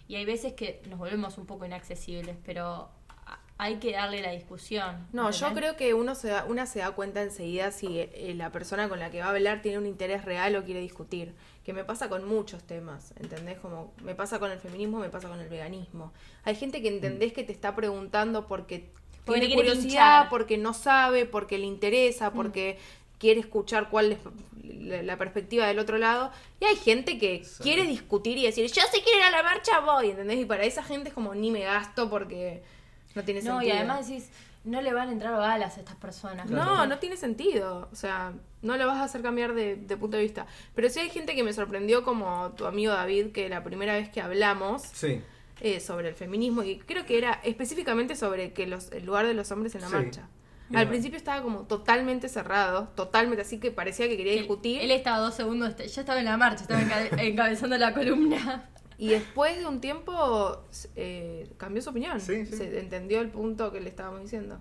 [SPEAKER 1] y hay veces que nos volvemos un poco inaccesibles, pero a- hay que darle la discusión.
[SPEAKER 2] No, yo
[SPEAKER 1] ¿entendés?
[SPEAKER 2] creo que uno se da, una se da cuenta enseguida si eh, la persona con la que va a hablar tiene un interés real o quiere discutir. Que me pasa con muchos temas, ¿entendés? Como me pasa con el feminismo, me pasa con el veganismo. Hay gente que entendés que te está preguntando porque,
[SPEAKER 1] Mm. Porque te
[SPEAKER 2] tiene
[SPEAKER 1] quiere
[SPEAKER 2] curiosidad,
[SPEAKER 1] pinchar. Mm.
[SPEAKER 2] porque no sabe, porque le interesa, porque quiere escuchar cuál es la, la perspectiva del otro lado. Y hay gente que
[SPEAKER 4] Sí.
[SPEAKER 2] quiere discutir y decir, yo si quiero ir a la marcha voy, ¿entendés? Y para esa gente es como, ni me gasto porque no tiene
[SPEAKER 1] No,
[SPEAKER 2] sentido.
[SPEAKER 1] y además decís, no le van a entrar balas a estas personas.
[SPEAKER 2] No, no tiene sentido. O sea, no lo vas a hacer cambiar de, de punto de vista. Pero sí hay gente que me sorprendió, como tu amigo David, que la primera vez que hablamos
[SPEAKER 3] Sí.
[SPEAKER 2] eh, sobre el feminismo, y creo que era específicamente sobre que los, el lugar de los hombres en la
[SPEAKER 3] Sí.
[SPEAKER 2] marcha.
[SPEAKER 3] Mira.
[SPEAKER 2] Al principio estaba como totalmente cerrado, totalmente, así que parecía que quería
[SPEAKER 1] Él-
[SPEAKER 2] discutir.
[SPEAKER 1] Él, estaba dos segundos, ya estaba en la marcha, estaba enca- <laughs> encabezando la columna.
[SPEAKER 2] Y después de un tiempo eh, cambió su opinión.
[SPEAKER 4] Sí, sí.
[SPEAKER 2] Se entendió el punto que le estábamos diciendo.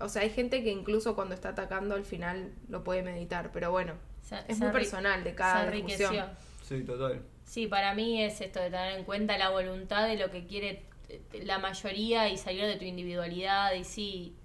[SPEAKER 2] O sea, hay gente que incluso cuando está atacando al final lo puede meditar, pero bueno,
[SPEAKER 1] Se-
[SPEAKER 2] es
[SPEAKER 1] se
[SPEAKER 2] muy
[SPEAKER 1] enri-
[SPEAKER 2] personal de cada
[SPEAKER 1] se enriqueció.
[SPEAKER 2] discusión.
[SPEAKER 4] Sí, total.
[SPEAKER 1] Sí, para mí es esto de tener en cuenta la voluntad de lo que quiere eh, la mayoría y salir de tu individualidad y sí.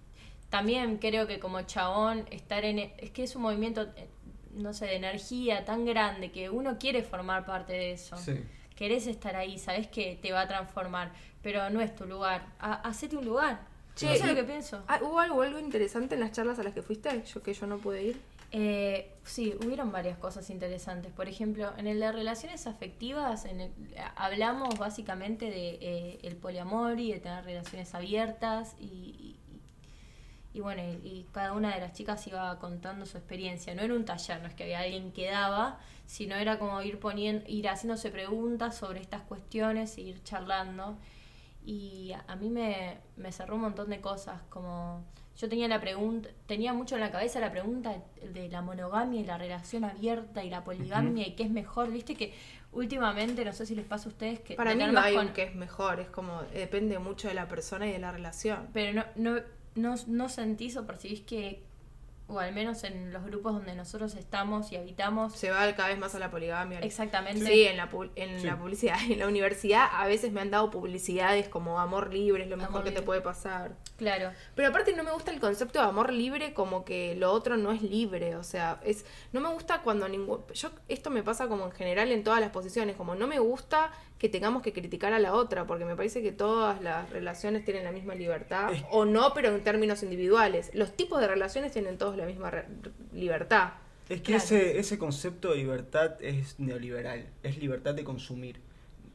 [SPEAKER 1] También creo que como chabón estar en e- es que es un movimiento eh, no sé, de energía tan grande que uno quiere formar parte de eso.
[SPEAKER 4] Sí.
[SPEAKER 1] Querés estar ahí, sabes que te va a transformar, pero no es tu lugar. Ha- hacete un lugar.
[SPEAKER 2] Che,
[SPEAKER 1] Eso es
[SPEAKER 2] y-
[SPEAKER 1] lo que pienso.
[SPEAKER 2] Ah, ¿Hubo algo, algo interesante en las charlas a las que fuiste? Yo que yo no pude ir.
[SPEAKER 1] Eh, sí, hubieron varias cosas interesantes. Por ejemplo, en el de relaciones afectivas en el- hablamos básicamente de eh, el poliamor y de tener relaciones abiertas y, y- y- y bueno, y, y cada una de las chicas iba contando su experiencia. No era un taller, no es que había alguien que daba, sino era como ir poniendo, ir haciéndose preguntas sobre estas cuestiones e ir charlando. Y a- a mí me, me cerró un montón de cosas, como yo tenía la pregunta, tenía mucho en la cabeza la pregunta de la monogamia y la relación abierta y la poligamia y qué es mejor, viste que últimamente, no sé si les pasa a ustedes que...
[SPEAKER 2] Para
[SPEAKER 1] de
[SPEAKER 2] mí
[SPEAKER 1] tener
[SPEAKER 2] no
[SPEAKER 1] más
[SPEAKER 2] hay
[SPEAKER 1] con-
[SPEAKER 2] un que es mejor, es como eh, depende mucho de la persona y de la relación.
[SPEAKER 1] Pero no, no, no, no sentís o percibís que, o al menos en los grupos donde nosotros estamos y habitamos,
[SPEAKER 2] Se va cada vez más a la poligamia. al
[SPEAKER 1] exactamente...
[SPEAKER 2] Sí, en, la, pub- en
[SPEAKER 3] Sí.
[SPEAKER 2] la publicidad. <laughs> En la universidad a veces me han dado publicidades como amor libre, es lo mejor
[SPEAKER 1] Amor
[SPEAKER 2] que te
[SPEAKER 1] libre.
[SPEAKER 2] puede pasar.
[SPEAKER 1] Claro.
[SPEAKER 2] Pero aparte no me gusta el concepto de amor libre como que lo otro no es libre, o sea, es no me gusta cuando ningún yo esto me pasa como en general en todas las posiciones, como no me gusta que tengamos que criticar a la otra, porque me parece que todas las relaciones tienen la misma libertad
[SPEAKER 3] Es-
[SPEAKER 2] o no, pero en términos individuales. Los tipos de relaciones tienen todos la misma re- libertad.
[SPEAKER 3] Es que
[SPEAKER 1] Claro.
[SPEAKER 3] ese, ese concepto de libertad es neoliberal, es libertad de consumir.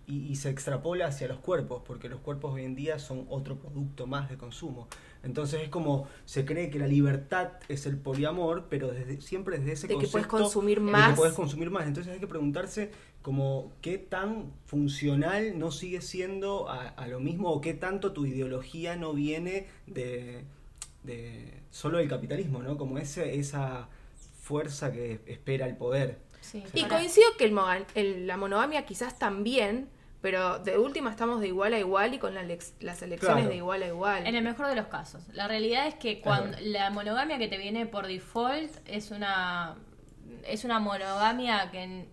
[SPEAKER 3] Y, y se extrapola hacia los cuerpos, porque los cuerpos hoy en día son otro producto más de consumo. Entonces es como se cree que la libertad es el poliamor, pero desde, siempre desde ese
[SPEAKER 2] De que
[SPEAKER 3] concepto
[SPEAKER 2] puedes consumir
[SPEAKER 3] de que
[SPEAKER 2] más.
[SPEAKER 3] puedes consumir más. Entonces hay que preguntarse como qué tan funcional no sigue siendo a, a lo mismo o qué tanto tu ideología no viene de, de solo del capitalismo, ¿no? Como ese, esa fuerza que espera el poder.
[SPEAKER 1] Sí,
[SPEAKER 2] Y
[SPEAKER 1] para-
[SPEAKER 2] coincido que el moga- el- la monogamia quizás también, pero de última estamos de igual a igual y con la lex- las elecciones
[SPEAKER 3] Claro.
[SPEAKER 2] de igual a igual.
[SPEAKER 1] En el mejor de los casos. La realidad es que cuando la monogamia que te viene por default es una es una monogamia que n-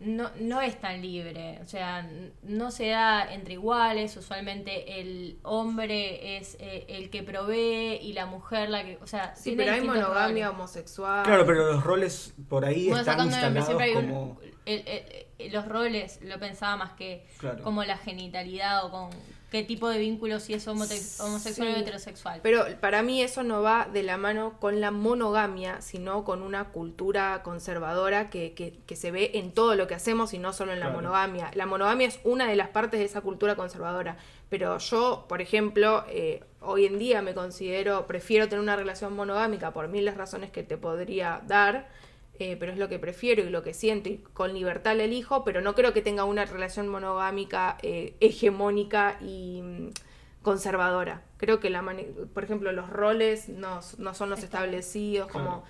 [SPEAKER 1] no, no es tan libre, o sea, n- no se da entre iguales, usualmente el hombre es eh, el que provee y la mujer la que, o sea,
[SPEAKER 2] Sí,
[SPEAKER 1] tiene
[SPEAKER 2] pero hay
[SPEAKER 1] distintos
[SPEAKER 2] monogamia
[SPEAKER 1] roles.
[SPEAKER 2] homosexual.
[SPEAKER 3] Claro, pero los roles por ahí
[SPEAKER 1] Bueno,
[SPEAKER 3] están
[SPEAKER 1] sacando el nombre,
[SPEAKER 3] instalados
[SPEAKER 1] siempre hay un-
[SPEAKER 3] como...
[SPEAKER 1] el- el- el- los roles, lo pensaba más que
[SPEAKER 3] Claro.
[SPEAKER 1] como la genitalidad o con qué tipo de vínculo si es homote- homosexual
[SPEAKER 2] Sí.
[SPEAKER 1] o heterosexual.
[SPEAKER 2] Pero para mí eso no va de la mano con la monogamia, sino con una cultura conservadora que, que- que se ve en todo lo que hacemos y no solo en la
[SPEAKER 3] Claro.
[SPEAKER 2] monogamia. La monogamia es una de las partes de esa cultura conservadora. Pero yo, por ejemplo, eh, hoy en día me considero, prefiero tener una relación monogámica por mil las razones que te podría dar. eh, pero es lo que prefiero y lo que siento y con libertad la elijo, pero no creo que tenga una relación monogámica eh, hegemónica y mm, conservadora. Creo que, la mane- por ejemplo, los roles no, no son los establecidos, como
[SPEAKER 3] Claro.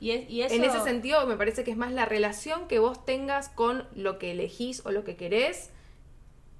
[SPEAKER 1] y es- y
[SPEAKER 2] en
[SPEAKER 1] eso-
[SPEAKER 2] ese sentido, me parece que es más la relación que vos tengas con lo que elegís o lo que querés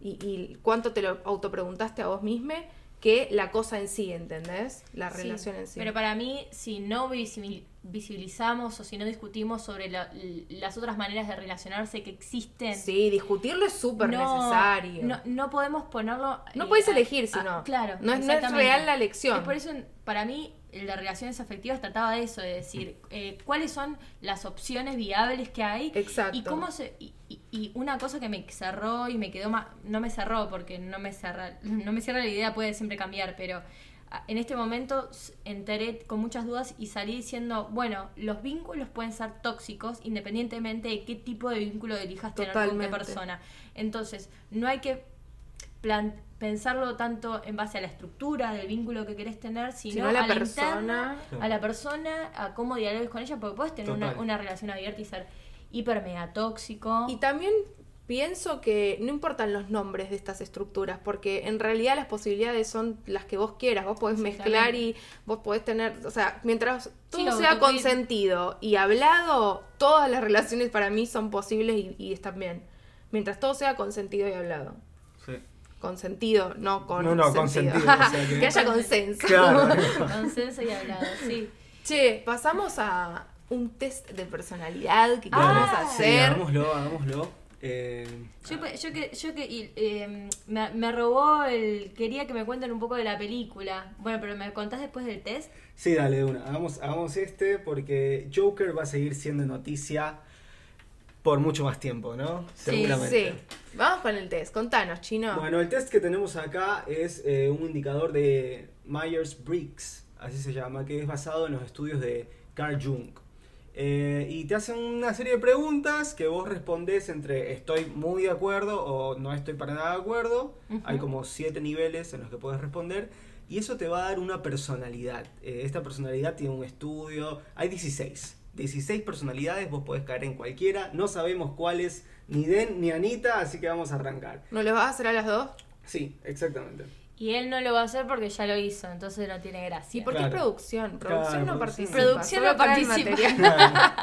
[SPEAKER 2] y, y cuánto te lo autopreguntaste a vos mismo que la cosa en sí, ¿entendés? La
[SPEAKER 1] Sí,
[SPEAKER 2] relación en sí.
[SPEAKER 1] Pero para mí, si no visibil- visibilizamos o si no discutimos sobre la- las otras maneras de relacionarse que existen,
[SPEAKER 2] Sí, discutirlo es súper
[SPEAKER 1] no-
[SPEAKER 2] necesario.
[SPEAKER 1] No, no podemos ponerlo.
[SPEAKER 2] No
[SPEAKER 1] eh,
[SPEAKER 2] podés
[SPEAKER 1] a-
[SPEAKER 2] elegir,
[SPEAKER 1] a-
[SPEAKER 2] sino-
[SPEAKER 1] claro,
[SPEAKER 2] no es- no es
[SPEAKER 1] exactamente.
[SPEAKER 2] real la elección.
[SPEAKER 1] Es por eso, para mí, el de relaciones afectivas trataba de eso, de decir eh, cuáles son las opciones viables que hay
[SPEAKER 2] Exacto.
[SPEAKER 1] y cómo se. Y, y- y una cosa que me <laughs> cerró y me quedó más. No me cerró porque no me, cerra, no me cierra la idea, puede siempre cambiar, pero a- en este momento s- enteré con muchas dudas y salí diciendo, bueno, los vínculos pueden ser tóxicos independientemente de qué tipo de vínculo elijas tener
[SPEAKER 2] Totalmente.
[SPEAKER 1] con qué persona. Entonces, no hay que plan- pensarlo tanto en base a la estructura del vínculo que querés tener, sino,
[SPEAKER 2] Sino a la
[SPEAKER 1] interna,
[SPEAKER 2] persona.
[SPEAKER 1] a la persona, a cómo dialogues con ella, porque puedes tener una,
[SPEAKER 3] Total.
[SPEAKER 1] una relación abierta y ser hiper mega tóxico.
[SPEAKER 2] Y también pienso que no importan los nombres de estas estructuras, porque en realidad las posibilidades son las que vos quieras. Vos podés mezclar y vos podés tener, o sea, mientras todo
[SPEAKER 1] lo que
[SPEAKER 2] sea
[SPEAKER 1] tú
[SPEAKER 2] consentido y hablado, todas las relaciones para mí son posibles y, y están bien. Mientras todo sea consentido y hablado.
[SPEAKER 3] Sí.
[SPEAKER 2] Consentido, no con
[SPEAKER 3] No, no, consentido, o
[SPEAKER 2] <laughs>
[SPEAKER 3] sea que-
[SPEAKER 2] que haya consenso.
[SPEAKER 1] <laughs>
[SPEAKER 3] Claro. <laughs>
[SPEAKER 1] Consenso y hablado, sí.
[SPEAKER 2] Che, pasamos a un test de personalidad que
[SPEAKER 1] Ah,
[SPEAKER 2] queremos
[SPEAKER 1] sí,
[SPEAKER 3] Sí,
[SPEAKER 2] hacer.
[SPEAKER 3] hagámoslo, hagámoslo. Eh,
[SPEAKER 1] Yo, pe- yo que, yo que y, eh, me, me robó el. Quería que me cuenten un poco de la película. Bueno, pero me contás después del test.
[SPEAKER 3] Sí, dale, de una. Hagamos, hagamos este porque Joker va a seguir siendo noticia por mucho más tiempo, ¿no?
[SPEAKER 1] Sí,
[SPEAKER 2] Sí. Vamos con el test. Contanos, chino.
[SPEAKER 3] Bueno, el test que tenemos acá es eh, un indicador de Myers-Briggs, así se llama, que es basado en los estudios de Carl Jung. Eh, y te hacen una serie de preguntas que vos respondes entre estoy muy de acuerdo o no estoy para nada de acuerdo.
[SPEAKER 1] Ujú.
[SPEAKER 3] Hay como siete niveles en los que puedes responder. Y eso te va a dar una personalidad. Eh, esta personalidad tiene un estudio. Hay 16. 16 personalidades, vos podés caer en cualquiera. No sabemos cuáles, ni Den ni Anita, así que vamos a arrancar.
[SPEAKER 2] ¿No lo vas a hacer a las dos?
[SPEAKER 3] Sí, <laughs> exactamente.
[SPEAKER 1] Y él no lo va a hacer porque ya lo hizo, entonces no tiene
[SPEAKER 2] Sí,
[SPEAKER 1] gracia.
[SPEAKER 2] porque
[SPEAKER 3] Claro.
[SPEAKER 2] es producción. Producción
[SPEAKER 3] Claro,
[SPEAKER 2] no
[SPEAKER 3] producción.
[SPEAKER 2] participa.
[SPEAKER 1] Producción no
[SPEAKER 2] solo trae el
[SPEAKER 1] participa.
[SPEAKER 2] material.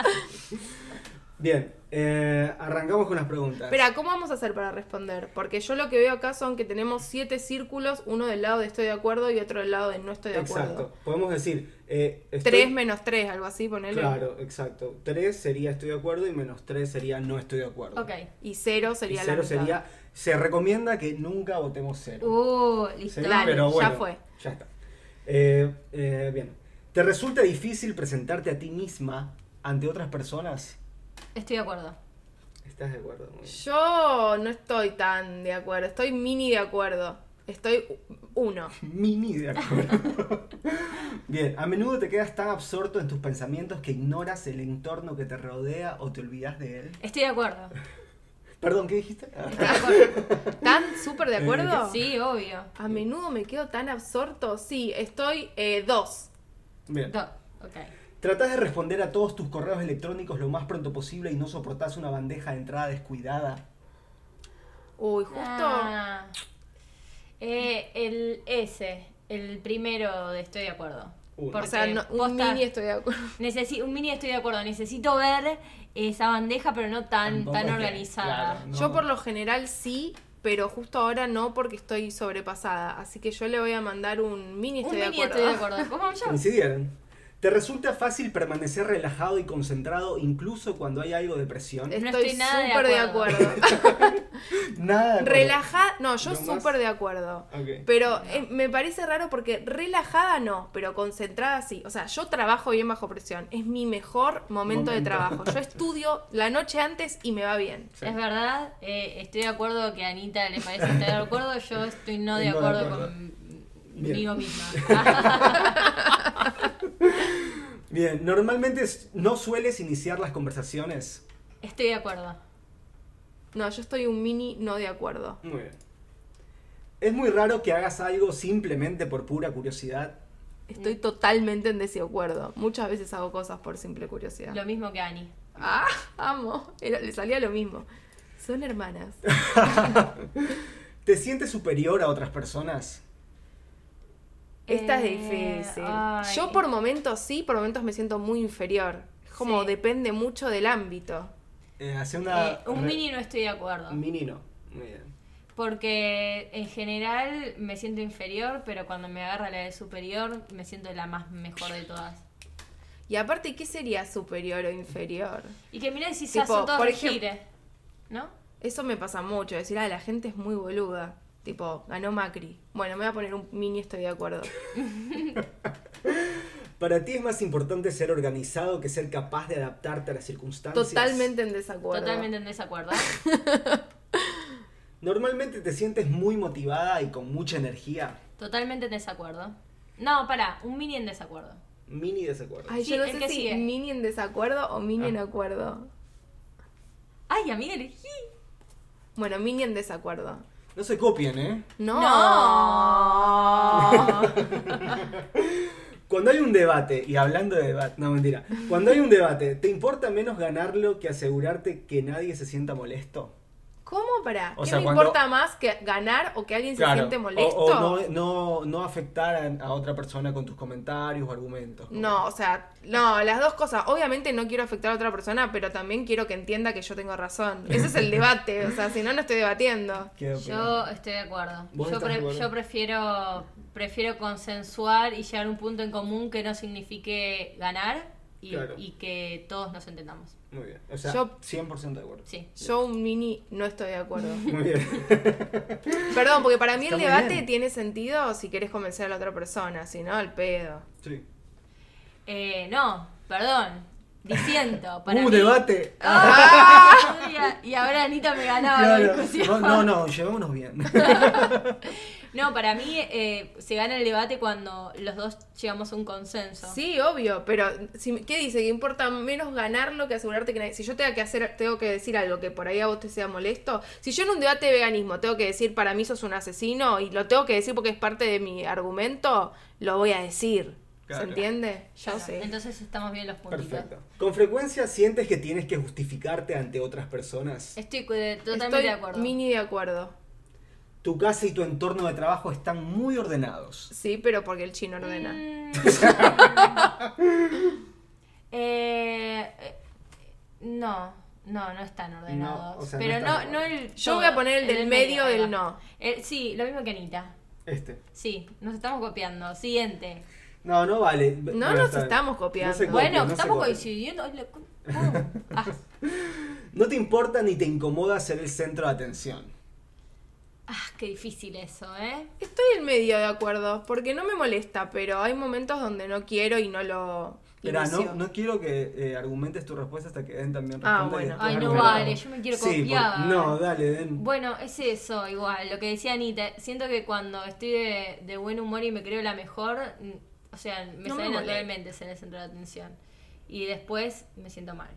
[SPEAKER 3] Bien, eh, arrancamos con las preguntas.
[SPEAKER 2] <laughs> Espera, ¿cómo vamos a hacer para responder? Porque yo lo que veo acá son que tenemos siete círculos, uno del lado de estoy de acuerdo y otro del lado de no estoy de
[SPEAKER 3] exacto.
[SPEAKER 2] acuerdo.
[SPEAKER 3] Podemos decir. eh, estoy-
[SPEAKER 2] Tres menos tres, algo así, ponele.
[SPEAKER 3] Claro, exacto. 3 sería estoy de acuerdo y menos 3 sería no estoy de acuerdo.
[SPEAKER 1] Ok.
[SPEAKER 2] Y cero
[SPEAKER 3] Y
[SPEAKER 2] sería la
[SPEAKER 3] cero
[SPEAKER 2] mitad.
[SPEAKER 3] sería. Se recomienda que nunca votemos cero.
[SPEAKER 1] Uh, listo.
[SPEAKER 3] Sí,
[SPEAKER 2] Dale,
[SPEAKER 3] pero
[SPEAKER 2] ya
[SPEAKER 3] bueno,
[SPEAKER 2] fue.
[SPEAKER 3] Ya está. Eh, eh, bien. ¿Te resulta difícil presentarte a ti misma ante otras personas?
[SPEAKER 1] Estoy de acuerdo.
[SPEAKER 3] ¿Estás de acuerdo? Muy bien.
[SPEAKER 2] Yo no estoy tan de acuerdo, estoy mini de acuerdo. Estoy u- uno.
[SPEAKER 3] Mini de acuerdo. <laughs> Bien, a menudo te quedas tan absorto en tus pensamientos que ignoras el entorno que te rodea o te olvidas de él.
[SPEAKER 1] Estoy de
[SPEAKER 3] <laughs>
[SPEAKER 1] acuerdo.
[SPEAKER 3] Perdón, ¿qué dijiste? Ah,
[SPEAKER 1] Estoy de acuerdo.
[SPEAKER 3] <laughs>
[SPEAKER 2] ¿Tan súper
[SPEAKER 3] Eh,
[SPEAKER 2] de acuerdo?
[SPEAKER 1] Sí, obvio.
[SPEAKER 2] A menudo me quedo tan absorto. Sí, estoy eh, dos.
[SPEAKER 3] Bien.
[SPEAKER 1] Do- ok.
[SPEAKER 3] Tratás de responder a todos tus correos electrónicos lo más pronto posible y no soportás una bandeja de entrada descuidada.
[SPEAKER 2] Uy, justo.
[SPEAKER 1] Ah. Eh, el S, el primero de estoy de acuerdo.
[SPEAKER 3] Uno.
[SPEAKER 2] o sea, no- un
[SPEAKER 1] posta-
[SPEAKER 2] mini estoy de acuerdo.
[SPEAKER 1] Necesi- un mini estoy de acuerdo, necesito ver esa bandeja, pero no tan,
[SPEAKER 3] Tampoco
[SPEAKER 1] tan
[SPEAKER 3] es que-
[SPEAKER 1] organizada.
[SPEAKER 3] claro, no.
[SPEAKER 2] Yo por lo general sí, pero justo ahora no porque estoy sobrepasada. Así que yo le voy a mandar un mini
[SPEAKER 1] Un
[SPEAKER 2] estoy, de,
[SPEAKER 1] mini
[SPEAKER 2] acuerdo.
[SPEAKER 1] estoy de
[SPEAKER 2] <laughs>
[SPEAKER 1] acuerdo. ¿Cómo yo?
[SPEAKER 3] Coincidieron. ¿Te resulta fácil permanecer relajado y concentrado incluso cuando hay algo de presión?
[SPEAKER 1] Es-
[SPEAKER 2] Estoy,
[SPEAKER 1] No estoy nada de
[SPEAKER 2] súper de
[SPEAKER 1] acuerdo.
[SPEAKER 2] acuerdo. <laughs>
[SPEAKER 3] <laughs> Nada. de acuerdo.
[SPEAKER 2] relajada, no, yo
[SPEAKER 3] Lo más-
[SPEAKER 2] súper de acuerdo.
[SPEAKER 3] Ok.
[SPEAKER 2] Pero eh, me parece raro porque relajada no, pero concentrada sí. O sea, yo trabajo bien bajo presión. Es mi mejor momento, de
[SPEAKER 3] Momento.
[SPEAKER 2] trabajo. Yo estudio la noche antes y me va bien.
[SPEAKER 3] Sí.
[SPEAKER 1] Es verdad, eh, estoy de acuerdo que a Anita le parece estar de acuerdo, yo estoy no de
[SPEAKER 3] No de
[SPEAKER 1] acuerdo,
[SPEAKER 3] acuerdo.
[SPEAKER 1] conmigo misma.
[SPEAKER 3] <laughs> Bien, normalmente s- no sueles iniciar las conversaciones.
[SPEAKER 1] estoy de acuerdo.
[SPEAKER 2] No, yo estoy un mini no de acuerdo.
[SPEAKER 3] Muy bien. Es muy raro que hagas algo simplemente por pura curiosidad.
[SPEAKER 2] Estoy totalmente en desacuerdo. Muchas veces hago cosas por simple curiosidad.
[SPEAKER 1] Lo mismo que Ani.
[SPEAKER 2] Ah, amo. Era- le salía lo mismo. Son hermanas.
[SPEAKER 3] ¿Te sientes superior a otras personas?
[SPEAKER 2] Esta
[SPEAKER 1] Eh,
[SPEAKER 2] es difícil.
[SPEAKER 1] ay.
[SPEAKER 2] Yo por momentos sí, por momentos me siento muy inferior. Es Como
[SPEAKER 1] Sí.
[SPEAKER 2] depende mucho del ámbito.
[SPEAKER 3] Eh, hace una...
[SPEAKER 1] Eh, un
[SPEAKER 3] re-
[SPEAKER 1] mini no estoy de acuerdo.
[SPEAKER 3] Mini no. Muy bien.
[SPEAKER 1] Porque en general me siento inferior, pero cuando me agarra la de superior me siento la más mejor de todas.
[SPEAKER 2] Y aparte, ¿qué sería superior o inferior?
[SPEAKER 1] Y que mirá si se
[SPEAKER 2] Tipo,
[SPEAKER 1] hacen todos
[SPEAKER 2] por
[SPEAKER 1] los
[SPEAKER 2] ejem-
[SPEAKER 1] gires, ¿No?
[SPEAKER 2] Eso me pasa mucho, decir, ah, la gente es muy boluda. Tipo, ganó Macri. Bueno, me voy a poner un mini, estoy de acuerdo.
[SPEAKER 3] Para ti es más importante ser organizado que ser capaz de adaptarte a las circunstancias.
[SPEAKER 2] Totalmente en desacuerdo.
[SPEAKER 1] Totalmente en desacuerdo.
[SPEAKER 2] <laughs>
[SPEAKER 3] Normalmente te sientes muy motivada y con mucha energía.
[SPEAKER 1] Totalmente en desacuerdo. No, pará, un mini en desacuerdo.
[SPEAKER 4] Mini desacuerdo.
[SPEAKER 2] Ay,
[SPEAKER 1] Sí,
[SPEAKER 2] yo no
[SPEAKER 1] el
[SPEAKER 2] sé
[SPEAKER 1] que
[SPEAKER 2] si
[SPEAKER 1] sigue.
[SPEAKER 2] mini en desacuerdo o mini
[SPEAKER 4] Ah.
[SPEAKER 2] en acuerdo.
[SPEAKER 1] Ay, amiga, elegí.
[SPEAKER 2] Bueno, mini en desacuerdo.
[SPEAKER 3] No se copien, ¿eh?
[SPEAKER 2] No.
[SPEAKER 3] Cuando hay un debate, y hablando de debate, no mentira, cuando hay un debate, ¿te importa menos ganarlo que asegurarte que nadie se sienta molesto?
[SPEAKER 2] ¿Cómo para?
[SPEAKER 3] O
[SPEAKER 2] ¿Qué
[SPEAKER 3] sea,
[SPEAKER 2] me
[SPEAKER 3] cuando-
[SPEAKER 2] importa más que ganar o que alguien se siente
[SPEAKER 3] o-
[SPEAKER 2] molesto?
[SPEAKER 3] O, no, no, no afectar a, a otra persona con tus comentarios o argumentos. como-
[SPEAKER 2] No, o sea, no, las dos cosas. Obviamente no quiero afectar a otra persona, pero también quiero que entienda que yo tengo razón. Ese
[SPEAKER 3] <laughs>
[SPEAKER 2] es el debate, o sea, si no, no estoy debatiendo.
[SPEAKER 3] ¿Qué
[SPEAKER 1] Yo
[SPEAKER 3] opinas?
[SPEAKER 1] estoy de acuerdo.
[SPEAKER 4] ¿Vos
[SPEAKER 1] Yo,
[SPEAKER 4] estás de
[SPEAKER 1] pre-
[SPEAKER 4] acuerdo?
[SPEAKER 1] yo prefiero prefiero consensuar y llegar a un punto en común que no signifique ganar y,
[SPEAKER 4] Claro.
[SPEAKER 1] y que todos nos entendamos.
[SPEAKER 4] Muy bien.
[SPEAKER 3] O sea,
[SPEAKER 2] yo-
[SPEAKER 3] 100% de acuerdo.
[SPEAKER 1] Sí.
[SPEAKER 2] Yo, un mini, no estoy de acuerdo.
[SPEAKER 3] Muy bien.
[SPEAKER 1] <laughs>
[SPEAKER 2] Perdón, porque para mí
[SPEAKER 3] Está
[SPEAKER 2] el
[SPEAKER 3] muy
[SPEAKER 2] debate
[SPEAKER 3] bien.
[SPEAKER 2] tiene sentido si querés convencer a la otra persona, si no, el pedo.
[SPEAKER 3] Sí.
[SPEAKER 1] Eh, no, perdón.
[SPEAKER 3] <laughs>
[SPEAKER 1] Disiento. Para
[SPEAKER 3] ¡Uh,
[SPEAKER 1] mí-
[SPEAKER 3] debate!
[SPEAKER 1] Ah, y ahora Anita me ganaba la
[SPEAKER 3] Claro.
[SPEAKER 1] discusión.
[SPEAKER 3] No, no, no,
[SPEAKER 1] <laughs>
[SPEAKER 3] llevémonos bien. <laughs>
[SPEAKER 1] No, para mí eh, se gana el debate cuando los dos llegamos a un consenso.
[SPEAKER 2] Sí, obvio, pero si, ¿qué dice? Que importa menos ganarlo que asegurarte que nadie- Si yo tengo que hacer, tengo que decir algo que por ahí a vos te sea molesto, si yo en un debate de veganismo tengo que decir para mí sos un asesino y lo tengo que decir porque es parte de mi argumento, lo voy a decir.
[SPEAKER 4] Claro.
[SPEAKER 2] ¿Se entiende? Yo
[SPEAKER 1] Claro,
[SPEAKER 2] sé.
[SPEAKER 1] Entonces estamos bien los puntitos.
[SPEAKER 3] Perfecto. ¿Con frecuencia sientes que tienes que justificarte ante otras personas?
[SPEAKER 1] Estoy cu- de- totalmente
[SPEAKER 2] Estoy
[SPEAKER 1] de acuerdo.
[SPEAKER 2] mini de acuerdo.
[SPEAKER 3] Tu casa y tu entorno de trabajo están muy ordenados.
[SPEAKER 2] Sí, pero porque el chino ordena.
[SPEAKER 1] Mm. Eh, <laughs> eh, no, no, no están ordenados.
[SPEAKER 3] No, o sea, no
[SPEAKER 1] pero no,
[SPEAKER 3] están
[SPEAKER 1] no
[SPEAKER 3] ordenados.
[SPEAKER 1] el.
[SPEAKER 2] Yo voy a poner el del medio
[SPEAKER 1] ahí
[SPEAKER 2] del
[SPEAKER 1] va.
[SPEAKER 2] no.
[SPEAKER 1] Eh, sí, lo mismo que Anita.
[SPEAKER 3] Este.
[SPEAKER 1] Sí, nos estamos copiando. Siguiente.
[SPEAKER 3] No, no vale.
[SPEAKER 2] No nos estamos copiando.
[SPEAKER 3] No se copia,
[SPEAKER 1] bueno,
[SPEAKER 3] no se
[SPEAKER 1] estamos
[SPEAKER 3] copia.
[SPEAKER 1] coincidiendo. Ay, la cu- oh. Ah.
[SPEAKER 3] No te importa ni te incomoda ser el centro de atención.
[SPEAKER 1] Ah, qué difícil eso, ¿eh?
[SPEAKER 2] Estoy en medio de acuerdo, porque no me molesta, pero hay momentos donde no quiero y no lo...
[SPEAKER 3] Esperá,
[SPEAKER 2] inicio.
[SPEAKER 3] ah, no, no quiero que eh, argumentes tu respuesta hasta que Den también
[SPEAKER 2] Ah,
[SPEAKER 3] responda. y
[SPEAKER 2] bueno.
[SPEAKER 3] después
[SPEAKER 1] Ay, no
[SPEAKER 3] argumentamos.
[SPEAKER 1] vale, yo me quiero
[SPEAKER 3] Sí,
[SPEAKER 1] copiar.
[SPEAKER 3] por- No, dale, Den.
[SPEAKER 1] Bueno, es eso, igual, lo que decía Anita. Siento que cuando estoy de, de buen humor y me creo la mejor, mm, o sea, me
[SPEAKER 2] No me
[SPEAKER 1] sale
[SPEAKER 2] molesta.
[SPEAKER 1] naturalmente ser el centro de atención. Y después me siento
[SPEAKER 3] <laughs>
[SPEAKER 1] mal.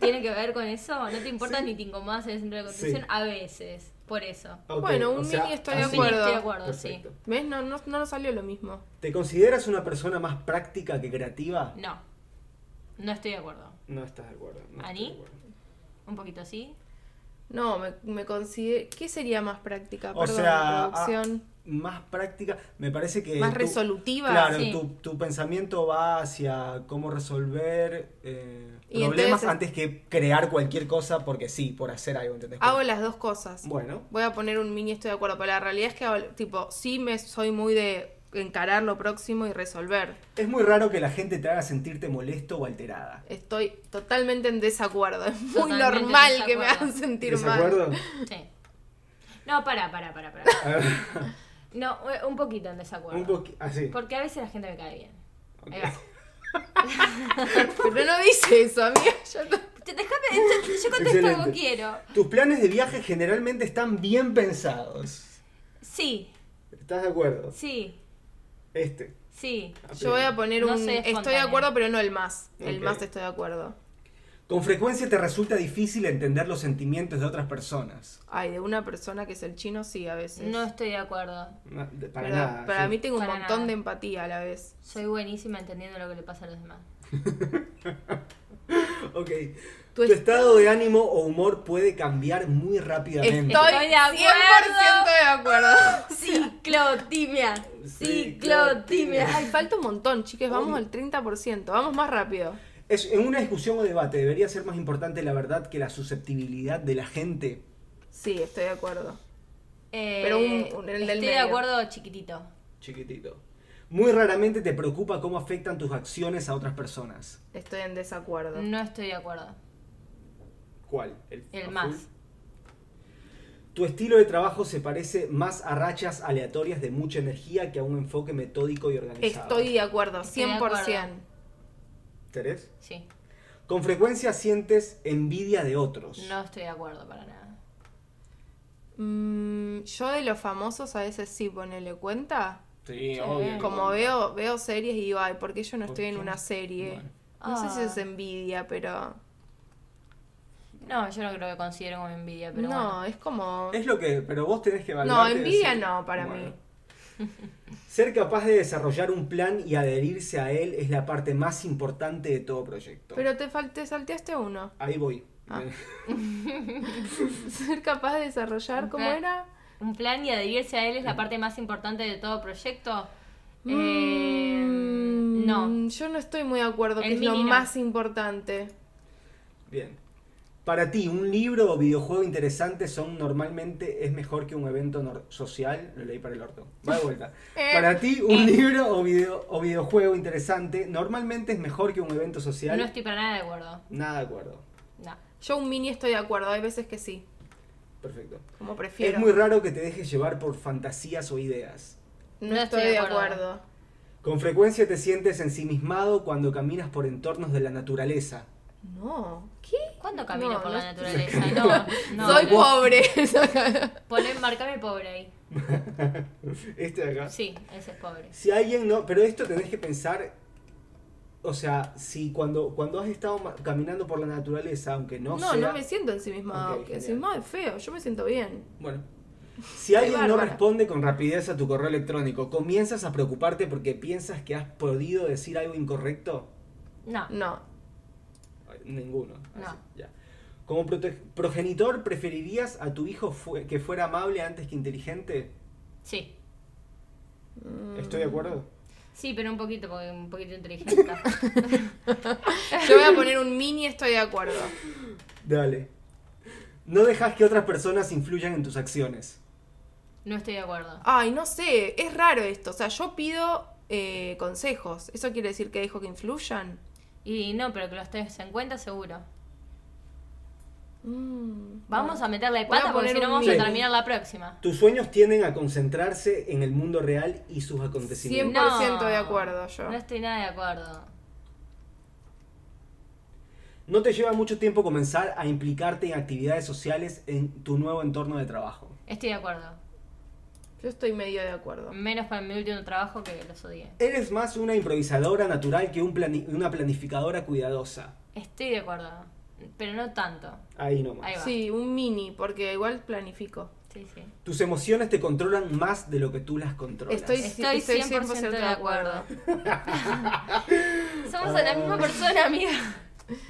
[SPEAKER 1] ¿Tiene que ver con eso? ¿No te importa ni te incomodas ser el centro de
[SPEAKER 3] Sí.
[SPEAKER 1] atención? A veces, por eso.
[SPEAKER 3] Ok,
[SPEAKER 2] Bueno, un
[SPEAKER 3] o sea,
[SPEAKER 2] mini estoy de
[SPEAKER 1] Ah, Sí,
[SPEAKER 3] así.
[SPEAKER 2] acuerdo.
[SPEAKER 1] estoy de acuerdo,
[SPEAKER 4] Perfecto.
[SPEAKER 2] ¿Ves? No, no, no nos salió lo mismo.
[SPEAKER 3] ¿Te consideras una persona más práctica que creativa?
[SPEAKER 1] sí. No, no estoy de acuerdo.
[SPEAKER 4] No estás de acuerdo. no
[SPEAKER 1] ¿Ani?
[SPEAKER 4] estoy de acuerdo.
[SPEAKER 1] Un poquito sí.
[SPEAKER 2] No, me, me considero... ¿Qué sería más práctica?
[SPEAKER 3] O
[SPEAKER 2] Ah, Perdón,
[SPEAKER 3] sea,
[SPEAKER 2] la producción.
[SPEAKER 3] ah, más práctica, me parece que...
[SPEAKER 2] más
[SPEAKER 3] tu-
[SPEAKER 2] resolutiva.
[SPEAKER 3] Claro,
[SPEAKER 1] sí.
[SPEAKER 3] tu, tu pensamiento va hacia cómo resolver eh,
[SPEAKER 2] Y
[SPEAKER 3] problemas
[SPEAKER 2] entonces-
[SPEAKER 3] antes que crear cualquier cosa porque sí, por hacer algo, ¿entendés?
[SPEAKER 2] Hago las dos cosas.
[SPEAKER 3] Bueno,
[SPEAKER 2] Voy a poner un mini, estoy de acuerdo, pero la realidad es que, hago- tipo, sí me soy muy de encarar lo próximo y resolver.
[SPEAKER 3] es muy raro que la gente te haga sentirte molesto o alterada.
[SPEAKER 2] Estoy totalmente en desacuerdo. Es muy
[SPEAKER 1] Totalmente en
[SPEAKER 2] normal que me
[SPEAKER 1] desacuerdo.
[SPEAKER 2] hagan sentir mal. <laughs>
[SPEAKER 3] ¿Desacuerdo?
[SPEAKER 1] Sí. No, pará, pará, pará, pará. No, eh, un poquito en desacuerdo.
[SPEAKER 3] Un poquito, así.
[SPEAKER 1] Porque a veces la gente me cae bien. Ahí va.
[SPEAKER 2] Pero no dice eso, amiga. Yo no-
[SPEAKER 1] Te- Déjame, yo- yo contesto
[SPEAKER 3] Excelente.
[SPEAKER 1] como quiero.
[SPEAKER 3] Tus planes de viaje generalmente están bien pensados.
[SPEAKER 1] Sí,
[SPEAKER 3] ¿Estás de acuerdo?
[SPEAKER 1] sí,
[SPEAKER 3] Este.
[SPEAKER 1] sí.
[SPEAKER 2] Yo voy a poner
[SPEAKER 1] No
[SPEAKER 2] un
[SPEAKER 1] soy
[SPEAKER 2] estoy de
[SPEAKER 1] espontánea.
[SPEAKER 2] acuerdo, pero no el más. El
[SPEAKER 3] Ok.
[SPEAKER 2] más estoy de acuerdo.
[SPEAKER 3] Con frecuencia te resulta difícil entender los sentimientos de otras personas.
[SPEAKER 2] Ay, de una persona que es el chino, sí, a veces.
[SPEAKER 1] No estoy de acuerdo.
[SPEAKER 4] No, de- para
[SPEAKER 2] Pero
[SPEAKER 4] nada.
[SPEAKER 2] Para
[SPEAKER 4] sí.
[SPEAKER 2] mí tengo un
[SPEAKER 1] Para
[SPEAKER 2] montón
[SPEAKER 1] nada.
[SPEAKER 2] de empatía a la vez.
[SPEAKER 1] Soy buenísima entendiendo lo que le pasa a los demás.
[SPEAKER 3] Ok.
[SPEAKER 2] Tu
[SPEAKER 3] Tu estado de ánimo o humor puede cambiar muy rápidamente.
[SPEAKER 1] Estoy de acuerdo.
[SPEAKER 2] 100% de acuerdo.
[SPEAKER 1] Ciclotimia. Ciclotimia.
[SPEAKER 2] Ay, falta un montón, chicas. Vamos al 30%. Vamos más rápido.
[SPEAKER 3] Es, en una discusión o debate debería ser más importante la verdad que la susceptibilidad de la gente.
[SPEAKER 2] Sí, estoy de acuerdo.
[SPEAKER 1] Eh,
[SPEAKER 2] Pero un- un- el del
[SPEAKER 1] estoy de
[SPEAKER 2] medio.
[SPEAKER 1] acuerdo chiquitito.
[SPEAKER 3] Chiquitito. Muy raramente te preocupa cómo afectan tus acciones a otras personas.
[SPEAKER 2] Estoy en desacuerdo.
[SPEAKER 1] No estoy de acuerdo.
[SPEAKER 4] ¿Cuál? El,
[SPEAKER 1] El
[SPEAKER 3] ¿Ah,
[SPEAKER 4] azul?
[SPEAKER 1] más.
[SPEAKER 3] Tu estilo de trabajo se parece más a rachas aleatorias de mucha energía que a un enfoque metódico y organizado.
[SPEAKER 2] Estoy de acuerdo,
[SPEAKER 1] Estoy de
[SPEAKER 2] 100%.
[SPEAKER 1] acuerdo.
[SPEAKER 3] ¿Terés?
[SPEAKER 1] Sí.
[SPEAKER 3] Con frecuencia sientes envidia de otros.
[SPEAKER 1] No estoy de acuerdo para nada.
[SPEAKER 2] Mm, yo de los famosos a veces sí, ponele cuenta.
[SPEAKER 5] Sí,
[SPEAKER 1] Sí.
[SPEAKER 5] obvio.
[SPEAKER 2] Como
[SPEAKER 5] igual.
[SPEAKER 2] veo, veo series y digo, ay, ¿por qué yo no
[SPEAKER 5] ¿Por
[SPEAKER 2] estoy en
[SPEAKER 5] qué?
[SPEAKER 2] una serie?
[SPEAKER 5] Bueno.
[SPEAKER 2] No sé si
[SPEAKER 1] Ah.
[SPEAKER 2] es envidia, pero.
[SPEAKER 1] No, yo no creo que considero como envidia, pero
[SPEAKER 2] no,
[SPEAKER 1] bueno.
[SPEAKER 2] es como.
[SPEAKER 3] Es lo que, pero vos tenés que
[SPEAKER 2] No,
[SPEAKER 3] valorarte y
[SPEAKER 2] envidia
[SPEAKER 3] decir,
[SPEAKER 2] no para
[SPEAKER 3] bueno.
[SPEAKER 2] mí.
[SPEAKER 3] <laughs> Ser capaz de desarrollar un plan y adherirse a él es la parte más importante de todo proyecto.
[SPEAKER 2] Pero te, fal- te salteaste uno. <laughs>
[SPEAKER 3] Ahí voy.
[SPEAKER 2] Ah. Ser capaz de desarrollar, ¿cómo
[SPEAKER 1] Ok.
[SPEAKER 2] era?
[SPEAKER 1] Un plan y adherirse a él es la parte más importante de todo proyecto. Eh,
[SPEAKER 2] Mm,
[SPEAKER 1] no.
[SPEAKER 2] Yo no estoy muy de acuerdo, que
[SPEAKER 1] En
[SPEAKER 2] es
[SPEAKER 1] mí
[SPEAKER 2] lo
[SPEAKER 1] ni no.
[SPEAKER 2] más importante.
[SPEAKER 3] Bien. Para ti, un libro o videojuego interesante son normalmente es mejor que un evento nor- social. Lo leí para el orto. Va de vuelta.
[SPEAKER 2] Eh.
[SPEAKER 3] Para ti, un libro o, video o videojuego interesante normalmente es mejor que un evento social.
[SPEAKER 1] No estoy para nada de acuerdo.
[SPEAKER 3] Nada de acuerdo.
[SPEAKER 1] No.
[SPEAKER 2] Yo un mini estoy de acuerdo, hay veces que sí,
[SPEAKER 3] Perfecto.
[SPEAKER 2] como prefiero.
[SPEAKER 3] Es muy raro que te dejes llevar por fantasías o ideas.
[SPEAKER 2] no, estoy de acuerdo.
[SPEAKER 3] Con frecuencia te sientes ensimismado cuando caminas por entornos de la naturaleza. <laughs>
[SPEAKER 2] No, ¿qué?
[SPEAKER 1] ¿Cuándo camino
[SPEAKER 2] No,
[SPEAKER 1] por
[SPEAKER 2] no
[SPEAKER 1] la
[SPEAKER 2] <laughs>
[SPEAKER 1] naturaleza? No, no.
[SPEAKER 2] Soy
[SPEAKER 1] no.
[SPEAKER 3] <laughs>
[SPEAKER 2] pobre.
[SPEAKER 1] Poné- marcame pobre ahí.
[SPEAKER 4] Este
[SPEAKER 2] Ah.
[SPEAKER 4] de acá.
[SPEAKER 1] Sí, ese es pobre.
[SPEAKER 3] Si alguien no, pero esto tenés que pensar, o sea, si cuando, cuando has estado ma- caminando por la naturaleza, aunque no,
[SPEAKER 2] No, no,
[SPEAKER 3] sea,
[SPEAKER 2] me siento ensimismado.
[SPEAKER 3] Ok,
[SPEAKER 2] que
[SPEAKER 3] genial.
[SPEAKER 2] ensimismado es feo, yo me siento bien.
[SPEAKER 3] bueno, si alguien no
[SPEAKER 2] bárbara.
[SPEAKER 3] responde con rapidez a tu correo electrónico, comienzas a preocuparte porque piensas que has podido decir algo incorrecto.
[SPEAKER 1] No.
[SPEAKER 2] No,
[SPEAKER 3] Ay, Ninguno.
[SPEAKER 1] No.
[SPEAKER 3] Así, ya. Como prote- progenitor, ¿preferirías a tu hijo fue- que fuera amable antes que inteligente?
[SPEAKER 1] Sí.
[SPEAKER 2] Mm.
[SPEAKER 3] ¿Estoy de acuerdo?
[SPEAKER 1] Sí, pero un poquito, porque un poquito inteligente.
[SPEAKER 2] <laughs> yo voy a poner un mini estoy de acuerdo.
[SPEAKER 3] Dale. No dejas que otras personas influyan en tus acciones.
[SPEAKER 1] No estoy de acuerdo.
[SPEAKER 2] Ay, no sé, es raro esto. O sea, yo pido eh, consejos. ¿Eso quiere decir que dejo que influyan?
[SPEAKER 1] Y no, pero que los tengas en cuenta seguro.
[SPEAKER 2] Mm,
[SPEAKER 1] Vamos
[SPEAKER 2] no.
[SPEAKER 1] a meterle
[SPEAKER 2] Voy a
[SPEAKER 1] pata porque
[SPEAKER 2] poner
[SPEAKER 1] si no
[SPEAKER 2] un
[SPEAKER 1] vamos a
[SPEAKER 3] mini.
[SPEAKER 1] terminar la próxima.
[SPEAKER 3] Tus sueños tienden a concentrarse en el mundo real y sus acontecimientos.
[SPEAKER 2] 100% de acuerdo yo.
[SPEAKER 1] No estoy nada de acuerdo.
[SPEAKER 3] No te lleva mucho tiempo comenzar a implicarte en actividades sociales en tu nuevo entorno de trabajo.
[SPEAKER 1] Estoy de acuerdo.
[SPEAKER 2] Yo estoy medio de acuerdo.
[SPEAKER 1] Menos para mi último trabajo que los odié.
[SPEAKER 3] Eres más una improvisadora natural que un plani- una planificadora cuidadosa.
[SPEAKER 1] Estoy de acuerdo. Pero no tanto.
[SPEAKER 3] Ahí nomás.
[SPEAKER 1] Ahí va.
[SPEAKER 2] Sí, un mini, porque igual planifico.
[SPEAKER 1] Sí, sí.
[SPEAKER 3] Tus emociones te controlan más de lo que tú las controlas.
[SPEAKER 2] Estoy,
[SPEAKER 1] Estoy 100%, de acuerdo. <laughs> Somos la misma persona, amiga.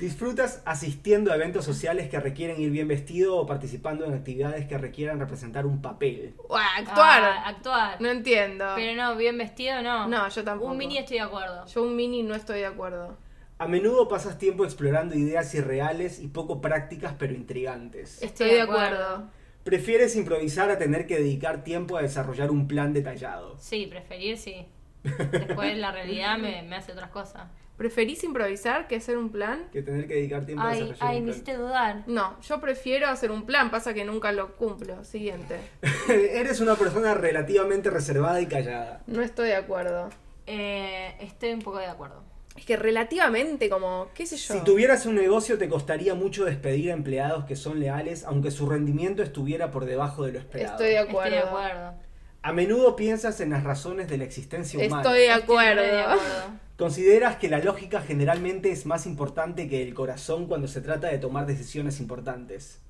[SPEAKER 3] Disfrutas asistiendo a eventos sociales que requieren ir bien vestido o participando en actividades que requieran representar un papel.
[SPEAKER 2] Uah, actuar.
[SPEAKER 1] Ah, actuar.
[SPEAKER 2] No entiendo.
[SPEAKER 1] Pero no, bien vestido no.
[SPEAKER 2] No, yo tampoco.
[SPEAKER 1] Un mini estoy de acuerdo.
[SPEAKER 2] Yo un mini no estoy de acuerdo.
[SPEAKER 3] A menudo pasas tiempo explorando ideas irreales y poco prácticas pero intrigantes.
[SPEAKER 1] Estoy
[SPEAKER 2] Estoy,
[SPEAKER 1] de
[SPEAKER 2] de acuerdo.
[SPEAKER 1] acuerdo.
[SPEAKER 3] Prefieres improvisar a tener que dedicar tiempo a desarrollar un plan detallado.
[SPEAKER 1] Sí, preferir sí. Después la realidad me, me hace otras cosas.
[SPEAKER 2] ¿Preferís improvisar que hacer un plan?
[SPEAKER 3] Que tener que dedicar tiempo a
[SPEAKER 1] Ay,
[SPEAKER 3] desarrollar
[SPEAKER 1] ay,
[SPEAKER 3] un
[SPEAKER 1] me
[SPEAKER 3] plan.
[SPEAKER 1] hiciste dudar.
[SPEAKER 2] No, yo prefiero hacer un plan, pasa que nunca lo cumplo. Siguiente.
[SPEAKER 3] <laughs> Eres una persona relativamente reservada y callada.
[SPEAKER 2] No estoy de acuerdo.
[SPEAKER 1] Eh, estoy un poco de acuerdo.
[SPEAKER 2] Es que relativamente, como, qué sé yo.
[SPEAKER 3] Si tuvieras un negocio te costaría mucho despedir a empleados que son leales aunque su rendimiento estuviera por debajo de lo esperado.
[SPEAKER 2] Estoy de acuerdo.
[SPEAKER 1] Estoy de acuerdo.
[SPEAKER 3] A menudo piensas en las razones de la existencia humana.
[SPEAKER 2] Estoy de
[SPEAKER 1] Estoy re de
[SPEAKER 2] acuerdo.
[SPEAKER 1] acuerdo.
[SPEAKER 3] Consideras que la lógica generalmente es más importante que el corazón cuando se trata de tomar decisiones importantes.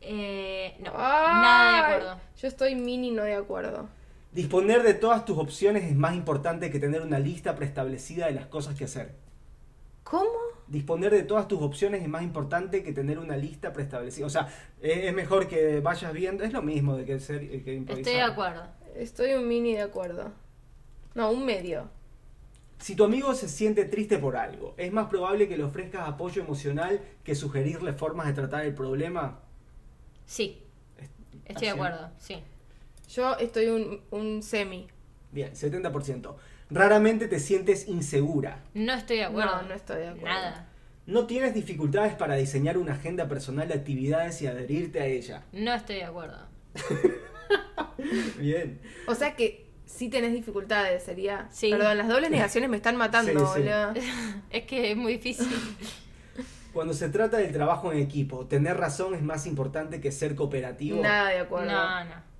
[SPEAKER 1] Eh, no,
[SPEAKER 2] Ay,
[SPEAKER 1] nada de acuerdo.
[SPEAKER 2] Yo estoy mini no de acuerdo.
[SPEAKER 3] Disponer de todas tus opciones es más importante que tener una lista preestablecida de las cosas que hacer.
[SPEAKER 2] ¿Cómo?
[SPEAKER 3] Disponer de todas tus opciones es más importante que tener una lista preestablecida. O sea, eh, es mejor que vayas viendo. Es lo mismo de que ser eh, que improvisar.
[SPEAKER 1] Estoy de acuerdo.
[SPEAKER 2] Estoy un mini de acuerdo. No, un medio.
[SPEAKER 3] Si tu amigo se siente triste por algo, es más probable que le ofrezcas apoyo emocional que sugerirle formas de tratar el problema.
[SPEAKER 1] Sí, estoy de
[SPEAKER 3] Haciendo-
[SPEAKER 1] acuerdo. Sí.
[SPEAKER 2] Yo estoy un, un semi.
[SPEAKER 3] Bien, 70%. Raramente te sientes insegura.
[SPEAKER 1] No estoy de acuerdo.
[SPEAKER 2] No, no estoy de acuerdo.
[SPEAKER 1] Nada.
[SPEAKER 3] No tienes dificultades para diseñar una agenda personal de actividades y adherirte a ella.
[SPEAKER 1] No estoy de acuerdo.
[SPEAKER 3] Bien.
[SPEAKER 2] O sea que sí tenés dificultades, sería.
[SPEAKER 1] Sí.
[SPEAKER 2] Perdón, las dobles negaciones me están matando,
[SPEAKER 3] Sí, sí.
[SPEAKER 2] boludo.
[SPEAKER 1] Es que es muy
[SPEAKER 2] <laughs>
[SPEAKER 1] difícil.
[SPEAKER 3] Cuando se trata del trabajo en equipo, tener razón es más importante que ser cooperativo.
[SPEAKER 2] Nada de acuerdo.
[SPEAKER 1] No, no.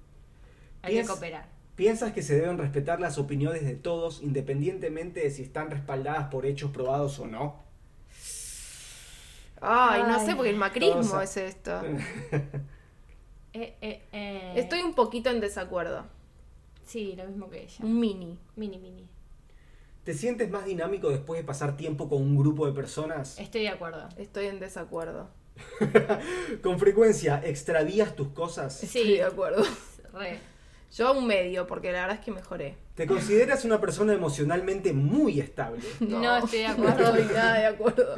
[SPEAKER 1] Hay que
[SPEAKER 3] Piensa-
[SPEAKER 1] cooperar.
[SPEAKER 3] ¿Piensas que se deben respetar las opiniones de todos independientemente de si están respaldadas por hechos probados o no?
[SPEAKER 2] Ay, no
[SPEAKER 1] Ay.
[SPEAKER 2] sé, porque el macrismo
[SPEAKER 3] Todos a-
[SPEAKER 2] es esto.
[SPEAKER 1] Eh, eh, eh.
[SPEAKER 2] Estoy un poquito en desacuerdo.
[SPEAKER 1] Sí, lo mismo que ella.
[SPEAKER 2] Un mini.
[SPEAKER 1] Mini, mini.
[SPEAKER 3] ¿Te sientes más dinámico después de pasar tiempo con un grupo de personas?
[SPEAKER 1] Estoy de acuerdo.
[SPEAKER 2] Estoy en desacuerdo.
[SPEAKER 3] ¿Con frecuencia extravías tus cosas?
[SPEAKER 1] Sí.
[SPEAKER 2] Estoy de acuerdo.
[SPEAKER 1] Re.
[SPEAKER 2] Yo un medio, porque la verdad es que mejoré.
[SPEAKER 3] ¿Te consideras una persona emocionalmente muy estable?
[SPEAKER 1] No, estoy
[SPEAKER 2] <laughs>
[SPEAKER 1] de
[SPEAKER 2] No
[SPEAKER 1] acuerdo.
[SPEAKER 2] estoy nada de acuerdo.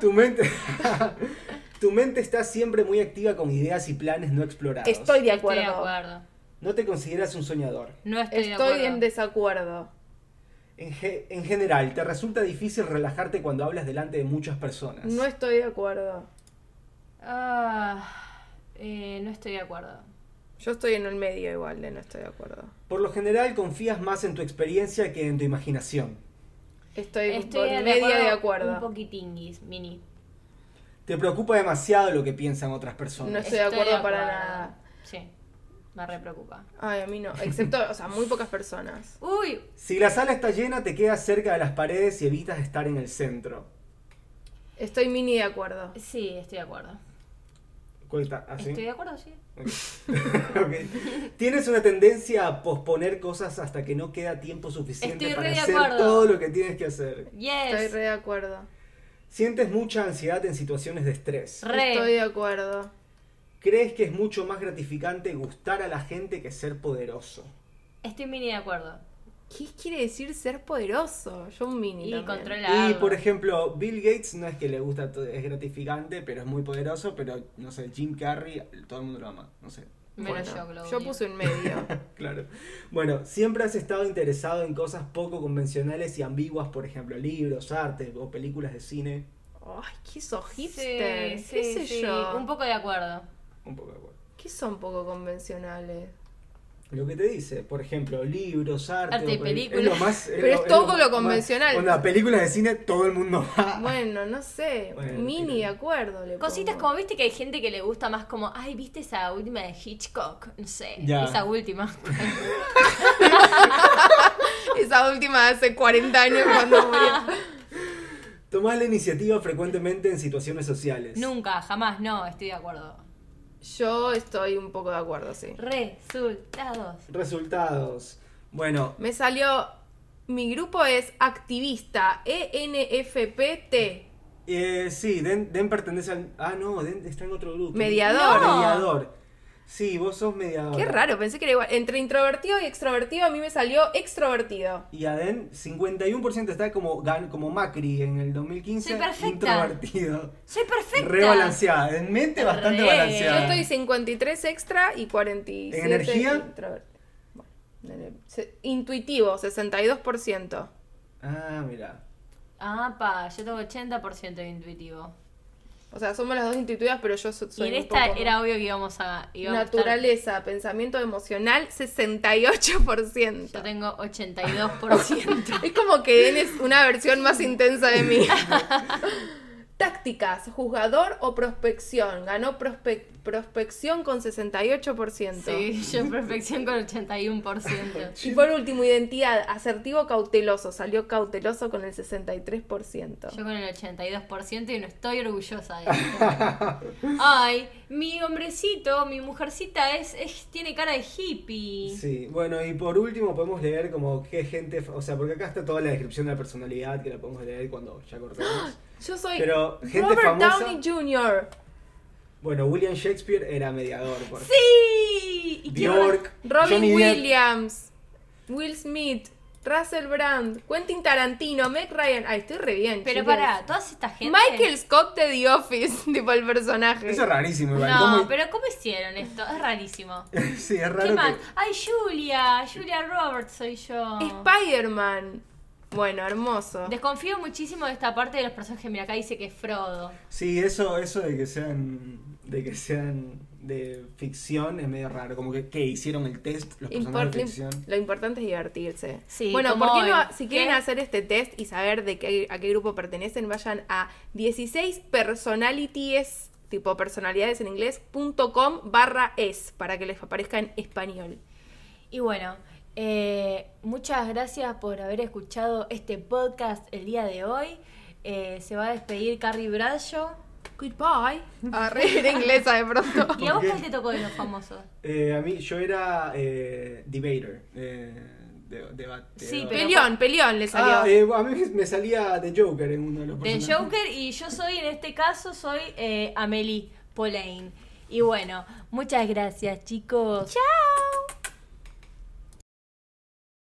[SPEAKER 3] Tu mente, <laughs> tu mente está siempre muy activa con ideas y planes no explorados.
[SPEAKER 2] Estoy
[SPEAKER 1] Estoy
[SPEAKER 2] de
[SPEAKER 1] de
[SPEAKER 2] acuerdo.
[SPEAKER 1] acuerdo.
[SPEAKER 3] No te consideras un soñador.
[SPEAKER 1] No estoy, de acuerdo.
[SPEAKER 2] Estoy en desacuerdo.
[SPEAKER 3] En, ge- en general, te resulta difícil relajarte cuando hablas delante de muchas personas.
[SPEAKER 2] No estoy de acuerdo.
[SPEAKER 1] Ah, eh, no estoy de acuerdo.
[SPEAKER 2] Yo estoy en el medio igual de no estoy de acuerdo.
[SPEAKER 3] Por lo general, confías más en tu experiencia que en tu imaginación.
[SPEAKER 2] Estoy,
[SPEAKER 1] Estoy
[SPEAKER 2] por
[SPEAKER 1] de
[SPEAKER 2] media
[SPEAKER 1] acuerdo,
[SPEAKER 2] de
[SPEAKER 1] Un
[SPEAKER 2] acuerdo.
[SPEAKER 1] poquitinguis, mini.
[SPEAKER 3] Te preocupa demasiado lo que piensan otras
[SPEAKER 2] No
[SPEAKER 3] personas.
[SPEAKER 2] estoy de acuerdo para nada.
[SPEAKER 1] Sí, me re preocupa.
[SPEAKER 2] Ay, a mí no. Excepto, o sea, muy pocas personas.
[SPEAKER 1] Uy,
[SPEAKER 3] Si la sala está llena, te quedas cerca de las paredes y evitas estar en el centro.
[SPEAKER 2] Estoy mini de acuerdo.
[SPEAKER 1] sí, estoy de acuerdo.
[SPEAKER 3] Cuenta, así.
[SPEAKER 1] Estoy de acuerdo, sí.
[SPEAKER 3] <laughs> Ok. Tienes una tendencia a posponer cosas hasta que no queda tiempo suficiente
[SPEAKER 1] Estoy
[SPEAKER 3] para
[SPEAKER 1] re de
[SPEAKER 3] hacer
[SPEAKER 1] acuerdo.
[SPEAKER 3] todo lo que tienes que hacer.
[SPEAKER 2] Estoy
[SPEAKER 1] Yes.
[SPEAKER 2] re de acuerdo.
[SPEAKER 3] Sientes mucha ansiedad en situaciones de estrés.
[SPEAKER 1] Re.
[SPEAKER 2] Estoy de acuerdo.
[SPEAKER 3] ¿Crees que es mucho más gratificante gustar a la gente que ser poderoso?
[SPEAKER 1] Estoy mini de acuerdo.
[SPEAKER 2] ¿Qué quiere decir ser poderoso? Yo un mini.
[SPEAKER 1] Y
[SPEAKER 2] también.
[SPEAKER 1] controlar.
[SPEAKER 3] Y por ejemplo, Bill Gates no es que le gusta, to- es gratificante, pero es muy poderoso, pero no sé, Jim Carrey, todo el mundo lo ama, no sé. <laughs>
[SPEAKER 1] Menos
[SPEAKER 2] Bueno,
[SPEAKER 1] yo, que lo
[SPEAKER 2] yo
[SPEAKER 1] odio.
[SPEAKER 2] puse un medio.
[SPEAKER 3] Claro. Bueno, siempre has estado interesado en cosas poco convencionales y ambiguas, por ejemplo, libros, artes o películas de cine.
[SPEAKER 2] <laughs> Ay, ¿qué sos hipster?
[SPEAKER 1] Sí,
[SPEAKER 2] ¿Qué
[SPEAKER 1] sí,
[SPEAKER 2] sé
[SPEAKER 1] sí.
[SPEAKER 2] yo?
[SPEAKER 1] Un poco de acuerdo.
[SPEAKER 3] Un poco de acuerdo.
[SPEAKER 2] ¿Qué son poco convencionales?
[SPEAKER 3] Lo que te dice, por ejemplo, libros, arte,
[SPEAKER 1] Arte y
[SPEAKER 3] o peli-
[SPEAKER 1] película.
[SPEAKER 3] Es lo más,
[SPEAKER 2] Pero es todo lo
[SPEAKER 3] más-
[SPEAKER 2] convencional.
[SPEAKER 3] Onda, películas de cine, todo el mundo va.
[SPEAKER 2] Bueno, no sé.
[SPEAKER 3] Bueno,
[SPEAKER 2] mini de
[SPEAKER 3] tira.
[SPEAKER 2] acuerdo. le
[SPEAKER 1] Cositas
[SPEAKER 2] pongo.
[SPEAKER 1] como, viste que hay gente que le gusta más como, ay, viste esa última de Hitchcock, no sé,
[SPEAKER 3] Ya.
[SPEAKER 1] esa última.
[SPEAKER 2] Esa última de hace 40 años cuando
[SPEAKER 1] <laughs>
[SPEAKER 2] murió.
[SPEAKER 3] Tomás la iniciativa frecuentemente en situaciones sociales.
[SPEAKER 1] Nunca, jamás, no, estoy de acuerdo.
[SPEAKER 2] Yo estoy un poco de acuerdo, sí.
[SPEAKER 1] Resultados.
[SPEAKER 3] Resultados. Bueno,
[SPEAKER 2] Me salió. Mi grupo es activista E ENFPT.
[SPEAKER 3] eh, sí, Den, Den pertenece al... Ah, no, Den está en otro grupo.
[SPEAKER 2] Mediador.
[SPEAKER 1] No.
[SPEAKER 3] Mediador. Sí, vos sos mediador.
[SPEAKER 2] Qué raro, pensé que era igual. Entre introvertido y extrovertido, a mí me salió extrovertido.
[SPEAKER 3] Y Aden, 51% está como, gan- como Macri en el 2015.
[SPEAKER 1] Soy perfecta.
[SPEAKER 3] Introvertido.
[SPEAKER 1] Soy perfecta.
[SPEAKER 3] Rebalanceada. En mente
[SPEAKER 1] Re.
[SPEAKER 3] bastante
[SPEAKER 2] Eh, Yo
[SPEAKER 3] balanceada.
[SPEAKER 2] estoy 53 extra y 47
[SPEAKER 3] ¿En energía?
[SPEAKER 2] introvertido. Bueno, dale. Se- intuitivo, 62%.
[SPEAKER 3] Ah, mira.
[SPEAKER 1] Ah, pa, yo tengo 80% de intuitivo.
[SPEAKER 2] O sea, somos las dos intuitivas, pero yo so- soy
[SPEAKER 1] y en
[SPEAKER 2] un
[SPEAKER 1] esta
[SPEAKER 2] poco más-
[SPEAKER 1] era obvio que íbamos a... íbamos a estar-
[SPEAKER 2] Naturaleza, pensamiento emocional, 68%.
[SPEAKER 1] Yo tengo <laughs> 82%.
[SPEAKER 2] <laughs> Es como que Den es una versión más intensa
[SPEAKER 1] <laughs>
[SPEAKER 2] de mí. Tácticas, juzgador o prospección. Ganó prospe- prospección con 68%.
[SPEAKER 1] sí, yo en perfección con 81%.
[SPEAKER 2] Y por último, identidad, asertivo cauteloso. Salió cauteloso con el 63%.
[SPEAKER 1] Yo con el 82% y no estoy orgullosa de eso.
[SPEAKER 3] <laughs>
[SPEAKER 1] Ay, mi hombrecito, mi mujercita es, es- tiene cara de hippie.
[SPEAKER 3] Sí, bueno, y por último podemos leer como qué gente, o sea, porque acá está toda la descripción de la personalidad que la podemos leer cuando ya cortemos.
[SPEAKER 2] Yo soy
[SPEAKER 3] Pero, gente
[SPEAKER 2] Robert
[SPEAKER 3] famosa-
[SPEAKER 2] Downey Jr.
[SPEAKER 3] Bueno, William Shakespeare era mediador. Por
[SPEAKER 1] Sí. ¿Y quién más?
[SPEAKER 3] Bjork,
[SPEAKER 2] Robin
[SPEAKER 3] Johnny Depp.
[SPEAKER 2] Williams, Will Smith, Russell Brand, Quentin Tarantino, Meg Ryan. Ay, estoy re bien.
[SPEAKER 1] Pero
[SPEAKER 2] chicas.
[SPEAKER 1] pará, todas estas gente.
[SPEAKER 2] Michael Scott de The Office, <laughs> tipo el personaje.
[SPEAKER 3] Eso es rarísimo, igual.
[SPEAKER 1] No,
[SPEAKER 3] ¿Cómo-
[SPEAKER 1] pero ¿cómo hicieron esto? Es rarísimo.
[SPEAKER 3] <laughs> sí, es
[SPEAKER 1] ¿Qué
[SPEAKER 3] raro
[SPEAKER 1] más?
[SPEAKER 3] que...
[SPEAKER 1] Ay, Julia, Julia Roberts soy yo.
[SPEAKER 2] Spider-Man. Bueno, hermoso.
[SPEAKER 1] Desconfío muchísimo de esta parte de los personajes. Mira, acá dice que es Frodo.
[SPEAKER 3] Sí, eso, eso de que sean, de que sean de ficción es medio raro, como que, que hicieron el test los personajes
[SPEAKER 2] Import-
[SPEAKER 3] de ficción.
[SPEAKER 2] lo importante es divertirse.
[SPEAKER 1] Sí,
[SPEAKER 2] bueno,
[SPEAKER 1] como
[SPEAKER 2] ¿por qué no-
[SPEAKER 1] hoy.
[SPEAKER 2] si quieren
[SPEAKER 1] ¿Qué?
[SPEAKER 2] hacer este test y saber de qué, a qué grupo pertenecen, vayan a 16 personalities tipo personalidades en inglés, punto com barra es, para que les aparezca en español.
[SPEAKER 1] Y bueno, eh, muchas gracias por haber escuchado este podcast el día de hoy. Eh, se va a despedir Carrie Bradshaw.
[SPEAKER 2] Goodbye. Arre, era inglesa de pronto.
[SPEAKER 1] <laughs> ¿Y a vos
[SPEAKER 3] qué?
[SPEAKER 1] cuál te tocó de los famosos?
[SPEAKER 3] Eh, a mí, yo era eh, debater. Eh, de- debate-
[SPEAKER 1] Sí, pero-
[SPEAKER 2] Peleón, peleón le salió.
[SPEAKER 3] Ah, eh, a mí me salía The Joker en uno de los
[SPEAKER 1] The
[SPEAKER 3] personajes.
[SPEAKER 1] Joker y yo soy, en este caso, soy eh, Amelie Polain. Y bueno, muchas gracias chicos. Chao.